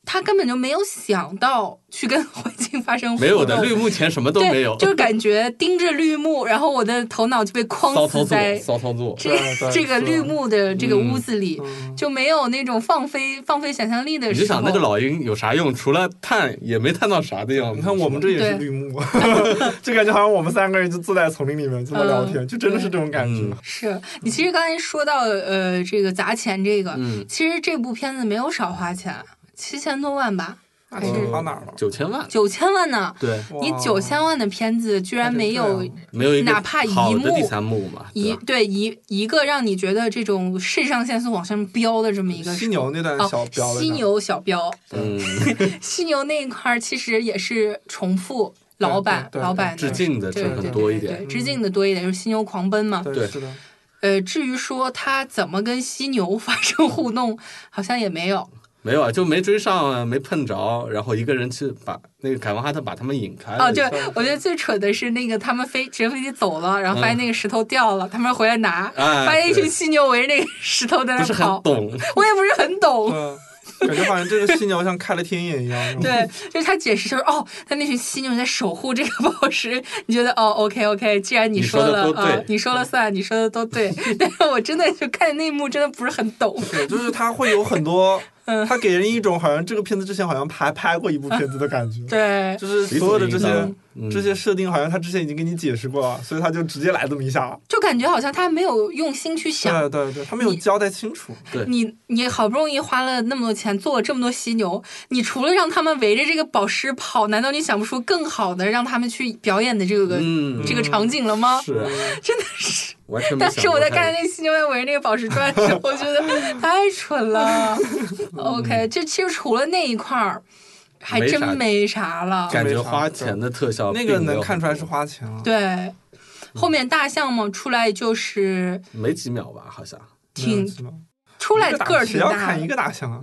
他根本就没有想到去跟环境发生互动，没有的，绿幕前什么都对没有，就是感觉盯着绿幕，然后我的头脑就被骚框操死作，在骚操作。这对对这个是绿幕的这个屋子里，嗯就没有那种放飞放飞想象力的你时就候。想那个老鹰有啥用？除了探，也没探到啥的样子。你看我们这也是绿幕， 就感觉好像我们三个人就坐在丛林里面这么聊天，嗯就真的是这种感觉。嗯是你其实刚才说到呃这个砸钱这个，嗯其实这部片子没有少花钱，七千多万吧，那还是嗯是跑哎哪儿了？九千万，九千万呢？对，你哇九千万的片子居然还真没有这样没有一个哪怕一好的幕第三幕嘛，啊对啊一吧对一一个让你觉得这种肾上腺素往上飙的这么一个犀牛那段哦小标，了一犀下，牛小标， 嗯，犀牛那一块儿其实也是重复老板对对对老板致的。敬的对成对对分多一对点嗯对，。致敬的多一点，就是犀牛狂奔嘛。对对是的，呃，至于说他怎么跟犀牛 发生互动，好像也没有。没有啊，就没追上啊，没碰着，然后一个人去把那个凯文哈特把他们引开了。哦，对啊，我觉得最蠢的是那个他们飞直升飞机走了，然后发现那个石头掉了，他们回来拿，嗯哎发现一群对犀牛围着那个石头在不那是很跑。懂，我也不是很懂，对，嗯感觉好像这个犀牛像开了天眼一样。嗯是吧， 对，就是他解释就是哦，他那群犀牛在守护这个宝石，你觉得哦，OK OK，既然你你说的了都啊、对你说了算，你说的都 对，但是我真的就看那一幕真的不是很懂， 对，就是它会有很多， 嗯它给人一种好像这个片子之前好像拍拍过一部片子的感觉。对。就是所有的这些嗯这些设定，好像他之前已经给你解释过了，所以他就直接来这么一下。就感觉好像他没有用心去想，对对对，他没有交代清楚。对你你好不容易花了那么多钱做了这么多犀牛，你除了让他们围着这个宝石跑，难道你想不出更好的让他们去表演的这个、嗯，这个场景了吗？是啊真的是。完全没但想是我过在他看那个犀牛在围着那个宝石转的时候，我觉得太蠢 了。OK，这嗯其实除了那一块儿，还没真啥没啥了。感觉花钱的特效啊那并个没有能看出来是花钱了。对，后面大象嘛出来就是没几秒吧，好像挺是吧出来一大个儿谁挺要大看一的，个大象啊？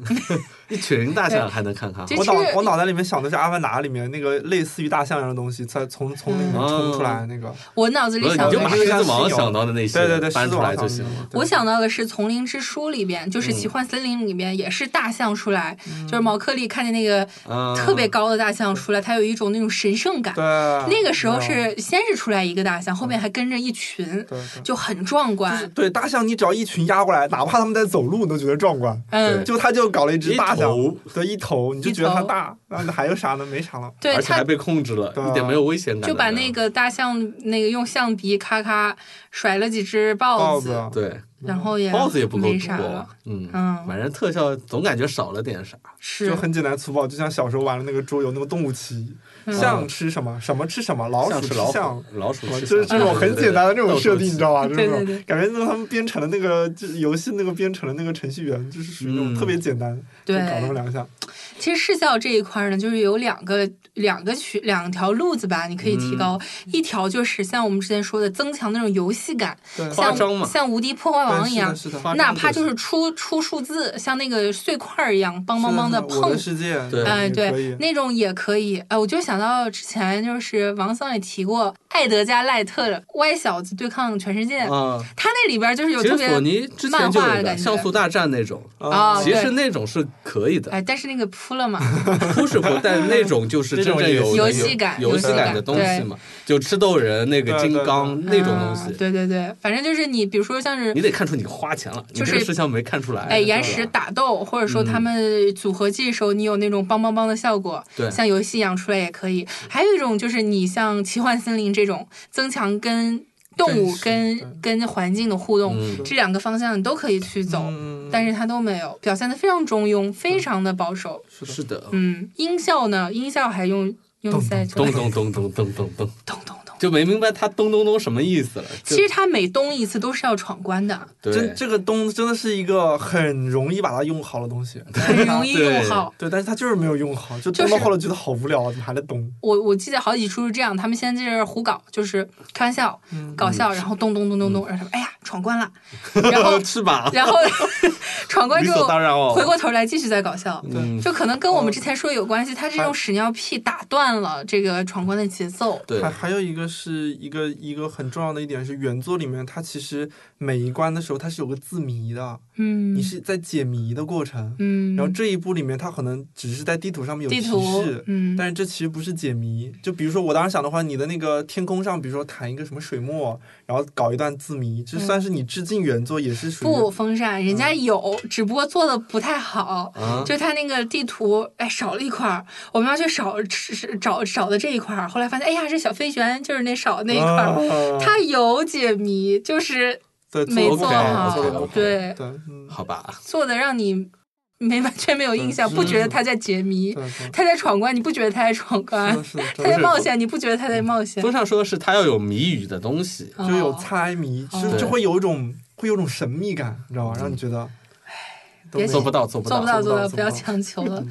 一群大象还能看看哈对我其脑实我脑袋里面想的是《阿凡达》里面那个类似于大象一样的东西，在从从里面嗯冲出哦来那个。我脑子不里是想你就把的狮是。子王想到的那些对对对，搬狮子出来王就行了。我想到的是《丛林之书》里边，就是嗯《奇幻森林》里边也是大象出来，就是毛克利看见那个啊，特别高的大象出来，他有一种那种神圣感。嗯对，啊那个时候没有是先是出来一个大象，后面还跟着一群，对对就很壮就是观。对大象，你只要一群压过来，哪怕他们在走路，你都觉得壮观。嗯对，就他就搞了一只一大象头，对，一头你就一觉得它头大，那还有啥呢？没啥了。对而且还他被控制了，对啊一点没有危险感。就把那个大象那个用象鼻咔咔甩了几只豹豹子子，啊，对然后也豹子也不够没啥多了。，嗯嗯反正特效总感觉少了点啥。是就很简单粗暴，就像小时候玩的那个桌游，那个动物棋，嗯象吃什么，什么吃什么，老鼠像吃是老象虎，，老鼠我吃就是这种很简单的这种设定，你知道吧？就对是对那对种感觉，就是他们编程的那个就是游戏那个编程的那个程序员，就是属于那种嗯特别简单，就对搞那么两下。其实视效这一块呢，就是有两个两个渠两条路子吧，你可以提高。嗯一条就是像我们之前说的，增强那种游戏感，对，对夸像张嘛像无敌破坏王一样，是的，是的夸张哪怕就就是出出数字，像那个碎块儿一样，梆梆梆是的的我碰的世界，对哎，也可对以，那种也可以。哎、我就想到之前就是王桑也提过艾德加赖特的《歪小子对抗全世界》啊。他那里边就是有其特实别索尼之前就漫有画一的感觉个像素大战那种，啊，其实对那种是可以的，哎，但是那个扑了嘛，不是不，但那种就是真正有游戏感游戏游戏感感的东西嘛，就吃豆人那个对对金对刚 那种东啊西，对对对，反正就是你，比如说像是你得看出你花钱了，就是你这个事项没看出来。哎延对时吧打斗，或者说嗯他们组合技的时候，你有那种梆梆梆的效果，对像游戏一样出来也可以。还有一种就是你像奇幻森林这种增强跟动物真实跟跟环境的互动，嗯这两个方向你都可以去走，嗯但是它都没有，表现的非常中庸，非常的保守。是的，嗯，音效呢？音效还用用在这咚咚咚咚咚咚咚，咚咚咚。就没明白他咚咚咚什么意思了。就其实它每咚一次都是要闯关的，对 真，这个东真的是一个很容易把它用好的东西，很容易用好。对，但是它就是没有用好，就就懂到是后来觉得好无聊啊，怎么还在懂？我我记得好几出是这样，他们先在这儿胡搞，就是开玩笑、嗯搞笑，然后咚咚咚咚咚，然后他们哎呀闯关了，然后是吧？然后闯关理之后所当然哦回。过头来继续再搞笑。嗯，就可能跟我们之前说的有关系，他是用屎尿屁打断了这个闯关的节奏。对还，还有一个是一个一个很重要的一点是，原作里面它其实每一关的时候它是有个字谜的，嗯，你是在解谜的过程。嗯，然后这一部里面它可能只是在地图上面有地提图示，，嗯，但是这其实不是解谜。就比如说我当时想的话，你的那个天空上，比如说弹一个什么水墨，然后搞一段字谜，这算是你致敬原作，也是属嗯于嗯不风扇，人家有，只不过做的不太好。啊，就他那个地图，哎，少了一块儿，我们要去少是是找少的这一块儿。后来发现，哎呀，这小飞旋就是那少那一块儿，啊它有解谜，就是对没做做得不好好，做的不好，对，对，嗯，好吧，做的让你没完全没有印象，嗯不觉得他在解谜对，， 对他在闯关，你不觉得他在闯是关的，，是的，他真在的冒险，你不觉得他在冒险综，上说的是他要有谜语的东西，就有哦猜谜，哦就就会有一种会有一种神秘感，你知道吧？让你觉得，都别没做不到，做不做不到。到，做不到不要做不到强求了。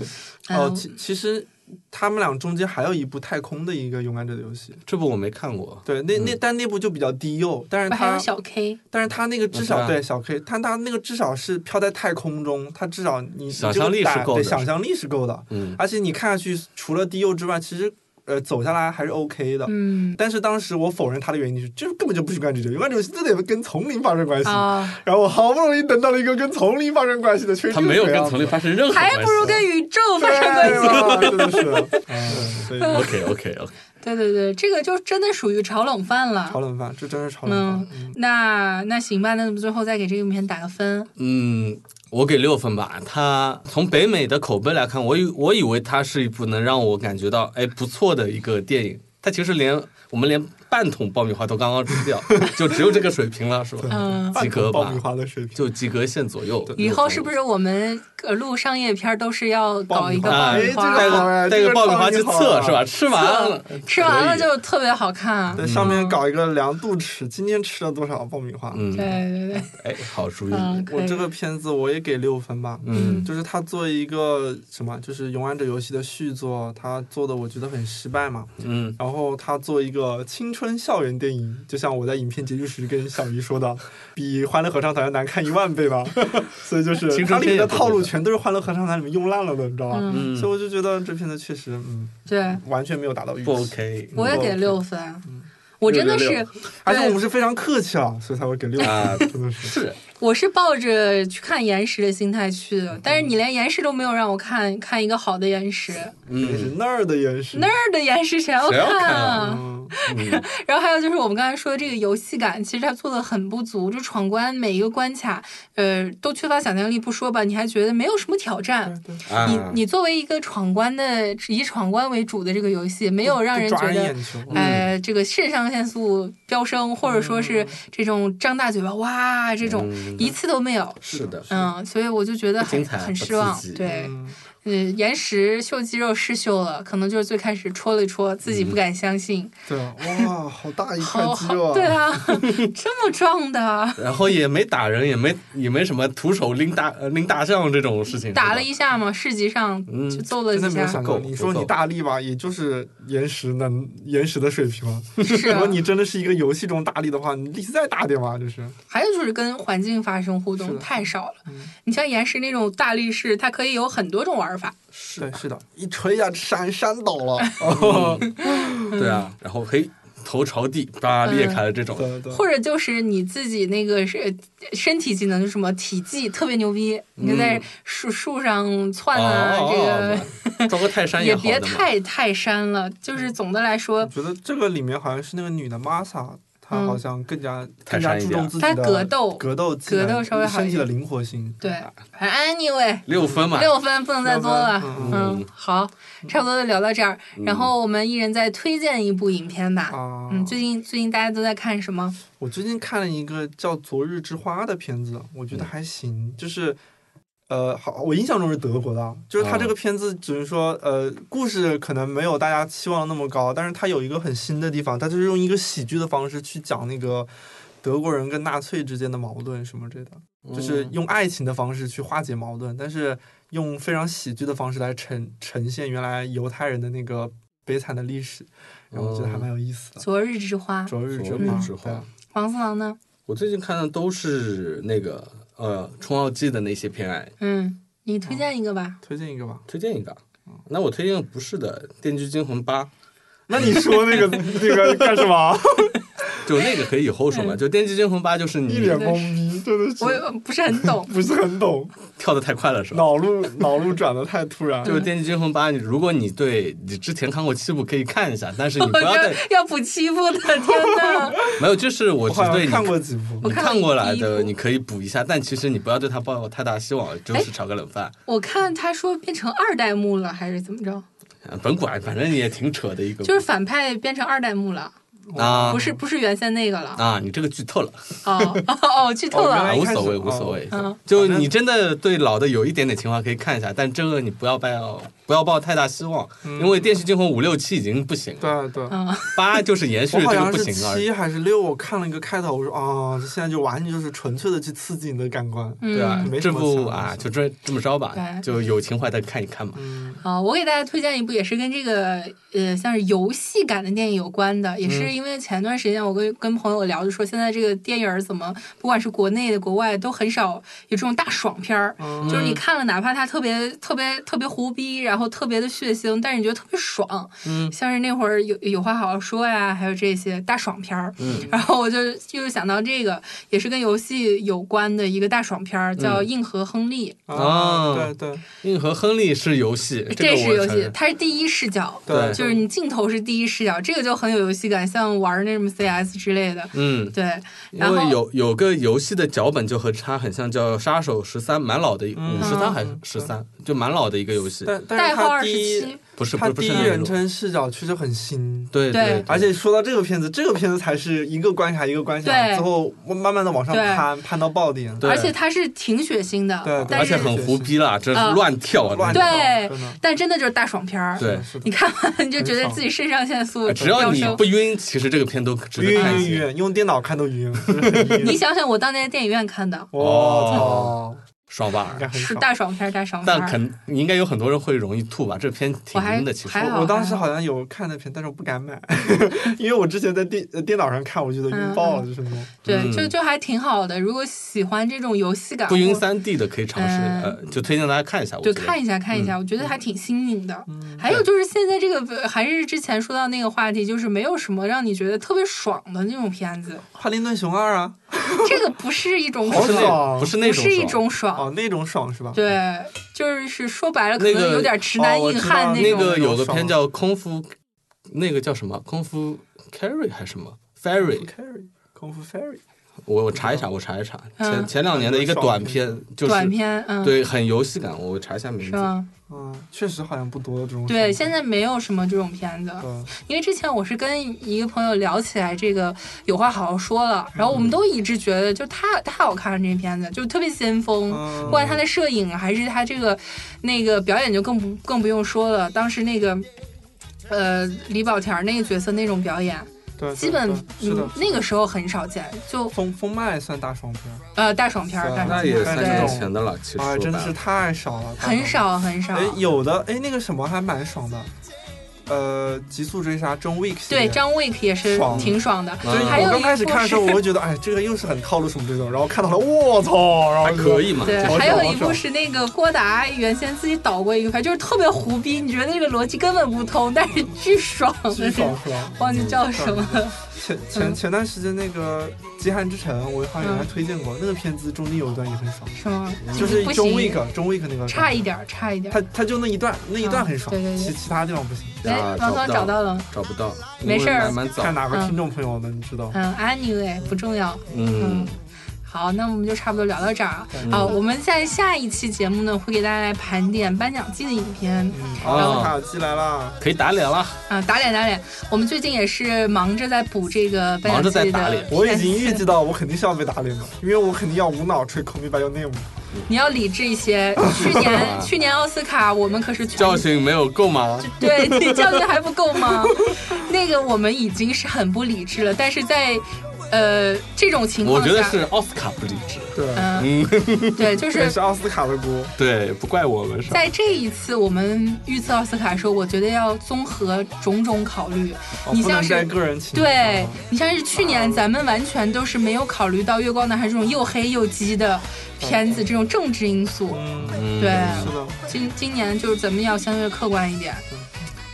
哎呦哦，其其实他们俩中间还有一部太空的一个勇敢者的游戏，这部我没看过，对，那那但那部就比较低幼，但是不还有它小 K，但是它那个至我知少道对小 K，但它那个至少是飘在太空中，它至少你你想这个象力是打够的对，想象力是够的，嗯，而且你看下去除了低幼之外，其实呃走下来还是 OK 的。嗯但是当时我否认他的原因就是，这根本就不是勇敢者游戏，勇敢者游戏这得跟丛林发生关系。啊，然后我好不容易等到了一个跟丛林发生关系的，却是他没有这个跟样丛林子发生任何关系。还不如跟宇宙发生关系。系，真的是， 嗯，所以 OK OK OK， 对对对，这个就真的属于炒冷饭炒了。冷饭，这真是炒冷嗯饭。嗯，那那行吧，那最后再给这个影片打个分。嗯，我给六分吧。它从北美的口碑来看，我以我以为它是一部能让我感觉到哎不错的一个电影，它其实连我们连半桶爆米花都刚刚吃掉， 就只有这个水平了，是吧？嗯，及格爆米吧，花的水平，就及格线左右。以后是不是我们呃录商业片儿都是要搞一个爆爆米米花花？啊带哎这好个哎带这个个爆米花去创意好测啊是吧？吃完了，吃完了可以就特别好看。在上面搞一个量度尺，今天吃了多少爆米花？对嗯，对对，哎，好主意。嗯，可我以这个片子我也给六分吧。嗯，就是他做一个什么，就是《勇敢者游戏》的续作，他做的我觉得很失败嘛。嗯，然后他做一个青春校园电影，就像我在影片结束时跟小鱼说的， 比《欢乐合唱团》难看一万倍吧。 所以就是青春片它里面也的不套路是全都是《欢乐合唱团》里面用烂了的，你知道吧？嗯，嗯所以我就觉得这片子确实，嗯，对，完全没有达到预不期。 OK。我也给六分。嗯我真的六是六，而且对我们是非常客气啊，所以才会给六分，啊 真的是。是我是抱着去看岩石的心态去的，但是你连岩石都没有让我看看一个好的岩石，也是嗯，那儿的岩石，那儿的岩石谁要谁要看看啊啊？嗯， 嗯然后还有就是我们刚才说的这个游戏感，其实它做的很不足，就闯关每一个关卡，呃，都缺乏想象力不说吧，你还觉得没有什么挑战。嗯啊你你作为一个闯关的以闯关为主的这个游戏，没有让人就觉抓嗯得。人眼球。呃，这个肾上腺素飙升，或者说是这种张大嘴巴哇，这种嗯一次都没有，是的，嗯，所以我就觉得不精很彩很不失刺望激，对，嗯嗯，岩石秀肌肉是秀了，可能就是最开始戳了一戳，自己不敢相信，对啊，哇，好大一块好肌肉好，啊！对啊，这么壮的，然后也没打人，也没也没什么徒手拎大呃拎大象这种事情，打了是吧一下嘛，市集上嗯就揍了真的几没有下，想到，够你说你大力吧，也就是岩石能岩石的水平了。是如啊果。你真的是一个游戏中大力的话，你力气再大点嘛，就是还有就是跟环境发生互是动的太少了嗯。你像岩石那种大力士，它可以有很多种玩法。对，是的，一锤一下山山倒 了，哦对嗯啊，然后嘿头朝地叭裂开了这种，对对，或者就是你自己那个是身体技能，就是什么体技特别牛逼，你就在树树上窜啊，哦哦这哦抓个泰山个也好的别嘛，太泰山了。就是总的来说我，觉得这个里面好像是那个女的玛莎，她他好像更加嗯泰更加山一注点重自己他的格斗格斗技格能斗稍微好身一体的点灵活性。对，嗯反正 anyway，六分嘛，六分不能再多了六。分嗯嗯，好，差不多就聊到这儿。然后我们一人再推荐一部影片哦吧。啊，嗯，最近最近大家都在看什么？我最近看了一个叫《昨日之花》的片子，我觉得嗯还行，就是。呃，好，我印象中是德国的啊，就是它嗯这个片子，只能说，呃，故事可能没有大家期望的那么高，但是它有一个很新的地方，它就是用一个喜剧的方式去讲那个德国人跟纳粹之间的矛盾什么之类的，嗯就是用爱情的方式去化解矛盾，但是用非常喜剧的方式来呈呈现原来犹太人的那个悲惨的历史，然后我觉得还蛮有意思《的。昨日之花》。昨日之哦昨花，日之对啊花。黄四郎呢？我最近看的都是那个呃《冲奥纪》的那些偏爱，嗯，你推荐一个吧。推荐一个吧。推荐一个。那我推荐个不是的，《电锯惊魂八》， 那你说那个那个干什么？就那个可以以后嗯说嘛。就《电锯惊魂八》，就是 一你脸懵逼，真哦的我是。也不是很懂不是很懂，跳的太快了，是吧？脑路脑路转的太突然。就是《电锯惊魂八》，你如果你对你之前看过七部可以看一下，但是 你我不要再要要补七部的，天哪！ 没有，就是我我只好对像你看过几部你我看看过来第一的，部你可以补一下，但其实你不要对它抱有太大希望，就哎是炒个冷饭。我看他说变成二代目了，还是怎么着？啊本馆反正也挺扯的一个故事，就是反派变成二代目了，啊不是不是原先那个了。啊，你这个剧透了，哦 哦哦，剧透哦原啊，来了。无一开始所谓，哦无所谓。嗯就你真的对老的有一点点情怀可以看一下，但这个你不要抱不要抱太大希望，因为《电视惊魂》五六七已经不行了，对对，嗯，八就是延续我这好个像不是行啊而已。七还是六，我看了一个开头，我说啊，这现在就完全就是纯粹的去刺激你的感官。嗯对啊没，什这么部想法啊，是就这这么着吧，对就有情怀再看一看嘛。嗯，好，呃我给大家推荐一部也是跟这个呃像是游戏感的电影有关的，也嗯是因为前段时间我跟跟朋友聊，就说现在这个电影儿怎么不管是国内的国外都很少有这种大爽片儿，哦嗯就是你看了哪怕它特别特别特别胡逼，然后特别的血腥，但是你觉得特别爽，嗯像是那会儿有有话好好说呀，还有这些大爽片儿，嗯 然后我就又想到这个也是跟游戏有关的一个大爽片儿，叫《嗯硬核亨利》。哦啊，对对硬核亨利是游戏，嗯这哎个是我游承戏认，。它是第一视角，对就是你镜头是第一视角，这个就很有游戏感，像玩那什么 CS 之类的。嗯，对，因然后为有有个游戏的脚本就和它很像，叫《杀手十三》，蛮老的一，嗯五十三还是十三，就蛮老的一个游戏。但但代是号他二十第一七，，不是不他是不第是一那人种，称视角确实很新。对对对，而且说到这个片子，这个片子才是一个关卡一个关卡，对最后慢慢的往上对攀，攀到爆点。对而且它是挺血腥的，对对但而且是很胡逼啦，这嗯是乱跳啊，乱这跳对种真的但真的嗯就是大爽片儿。对哎是的你看完你就觉得很爽自己肾上腺素只要飙你升不。晕，其实这个片都值晕得看一晕下。晕，用电脑看都晕。真的很晕 你想想，我当年在电影院看的哦我爽吧操，应？该很是爽。大爽片儿，大爽片但儿。肯应该有很多人会容易吐吧，这片挺我还晕的，其实还好我我当时好像有看那片，但是我不敢买，因为我之前在电呃电脑上看，我觉得晕爆了，就是那种。嗯对，嗯就就还挺好的。如果喜欢这种游戏感，不晕或三 D 的可以尝试，嗯呃，就推荐大家看一下。我就觉得嗯看一下看一下，我觉得还挺新颖的。还有就是现在这个呃还是之前说到那个话题，就是没有什么让你觉得特别爽的那种片子，帕丁顿熊二啊， 这个不是一种不好是爽那不是那不种是一爽种爽，哦，那种爽是吧？啊对，就是说白了可那个能有点直男哦我硬知汉道那那种。个有个爽片叫《空腹》，那个叫什么？空腹 Carry 还是什么 Ferry？ ，Carry 功夫 Fairy，我我查一查，我查一查。嗯前前两年的一个短片，就是短片，嗯，对，很游戏感。我查一下名是字。吧？嗯，确实好像不多这种爽。嗯对，现在没有什么这种片子，嗯对因为之前我是跟一个朋友聊起来这个有话好好说了，然后我们嗯都一致觉得就太太好看了，啊这片子就特别先锋，嗯不管他的摄影啊还是他这个那个表演就更不更不用说了。当时那个呃李保田儿那个角色那种表演，对，基本对对是的嗯。那个时候很少见，就风风脉算大爽片儿，呃大爽片儿，是啊大爽那片也儿三十这年对，种前的了，其实哎，说真白的是了。太少了，很。少很少哎。，有的哎，那个什么还蛮爽的，呃，极速追杀 John Wick 系列对，张 Wick 也是爽挺爽的，嗯就是还我有刚一开始部看的时候，是我会觉得，哎，这个又是很套路什么这种，然后看到了，我操，然后还就可以嘛？对，就是还有爽一部爽是那个郭达原先自己导过一个片，就是特别胡逼，你觉得这个逻辑根本不通，但是巨爽的巨 那种爽，是吧？忘记叫什么了。前嗯前前段时间那个《极寒之城》，我好像还推荐过那个片子，中间有一段也很爽，是吗？就是嗯不中行 week 啊中 week 那个差一，点儿，差一点儿。他他就那一段那一段很爽，嗯对对对其其他地方不行。哎啊，王不总找到了，找不到，没事儿因为蛮蛮早看，哪个嗯听众朋友们知道，嗯，anyway 不重要，嗯嗯，好，那我们就差不多聊到这儿啊。嗯好，我们在下一期节目呢，会给大家来盘点颁奖季的影片嗯，哦奥斯卡寄来啦，可以打脸 了，啊，打脸打脸。我们最近也是忙着在补这个颁忙奖着季的在打片脸子，我已经预计到我肯定是要被打脸的，因为我肯定要无脑吹《Call Me by Your Name》。你要理智一 些。去年去年奥斯卡我们可是全教训没有够吗？对，你教训还不够 吗？那个我们已经是很不理智了，但是在呃这种情我况下，觉得是奥斯卡不理智，对，嗯，对，就也是是奥斯卡的锅。 对，不怪我们是吧？在这一次我们预测奥斯卡的时候，我觉得要综合种种考虑。哦你不像能带是个人情绪对啊你像是去年咱们完全都是没有考虑到《月光男孩》这种又黑又鸡的片子这种政治因素。嗯，嗯对，是的，今今年就是咱们要相对客观一点，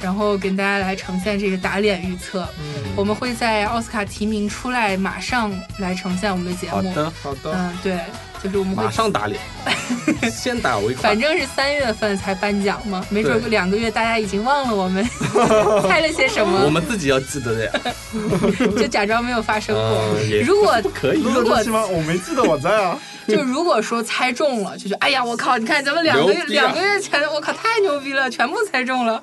然后跟大家来呈现这个打脸预测。嗯，我们会在奥斯卡提名出来马上来呈现我们的节好目。的，好的，嗯，对，就是我们会马上 打脸，先打为快反。正是三月份才颁奖嘛，没准对两个月大家已经忘了我 们猜了些什我么，们自己要记得的呀， 就假装没有发生过。嗯，也如果不可以录如到果这期吗？我没记得我在啊。就如果说猜中了，就觉得哎呀，我靠，你看咱们两个月、牛逼啊嗯两个月前，我靠，太牛逼了，全部猜中了。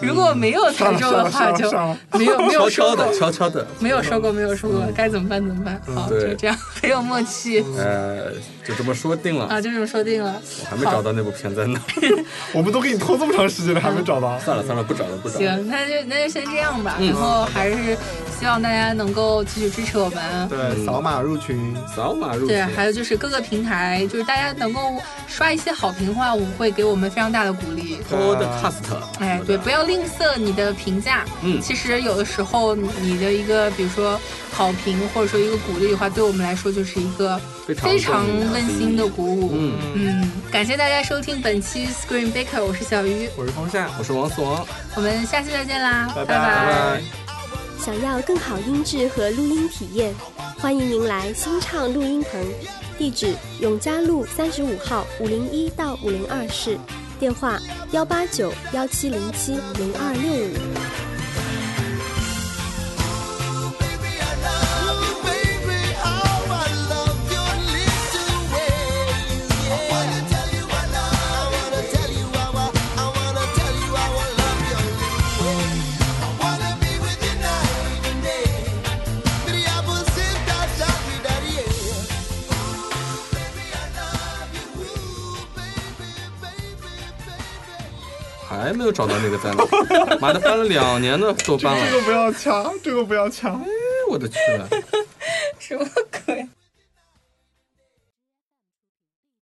如果没有猜中的话，嗯上了上了就上了没有没悄有说悄过的，，悄悄的，没有说过，没有说过，该怎么办怎么办？好，嗯对就这样，很有默契呃，就这么说定了。啊，就这么说定了。我还没找到那部片在哪，我们都给你拖这么长时间了，还没找到。 嗯算了算了，不找了不找了。行，那就那就先这样吧。嗯然后还是希望大家能够继续支持我们。对，扫码入群，扫码入群对，，还有就是各个平台，就是大家能够刷一些好评的话，我会给我们非常大的鼓励。 Podcast，哎，对，不要吝啬你的评价。嗯其实有的时候你的一个，比如说好评或者说一个鼓励的话，对我们来说就是一个非常非常温馨的鼓鼓舞。嗯，嗯，感谢大家收听本期 Screen Baker，我是小鱼，我是风扇，我是王思王，我们下期再见啦，拜拜。想要更好音质和录音体验，欢迎您来新唱录音棚，地址永嘉路三十五号五零一到五零二室，电话幺八九幺七零七零二六五。还没有找到那个在哪，妈的翻了两年的都翻了，哎这个不要掐，这个不要掐。哎我的去了。什么鬼？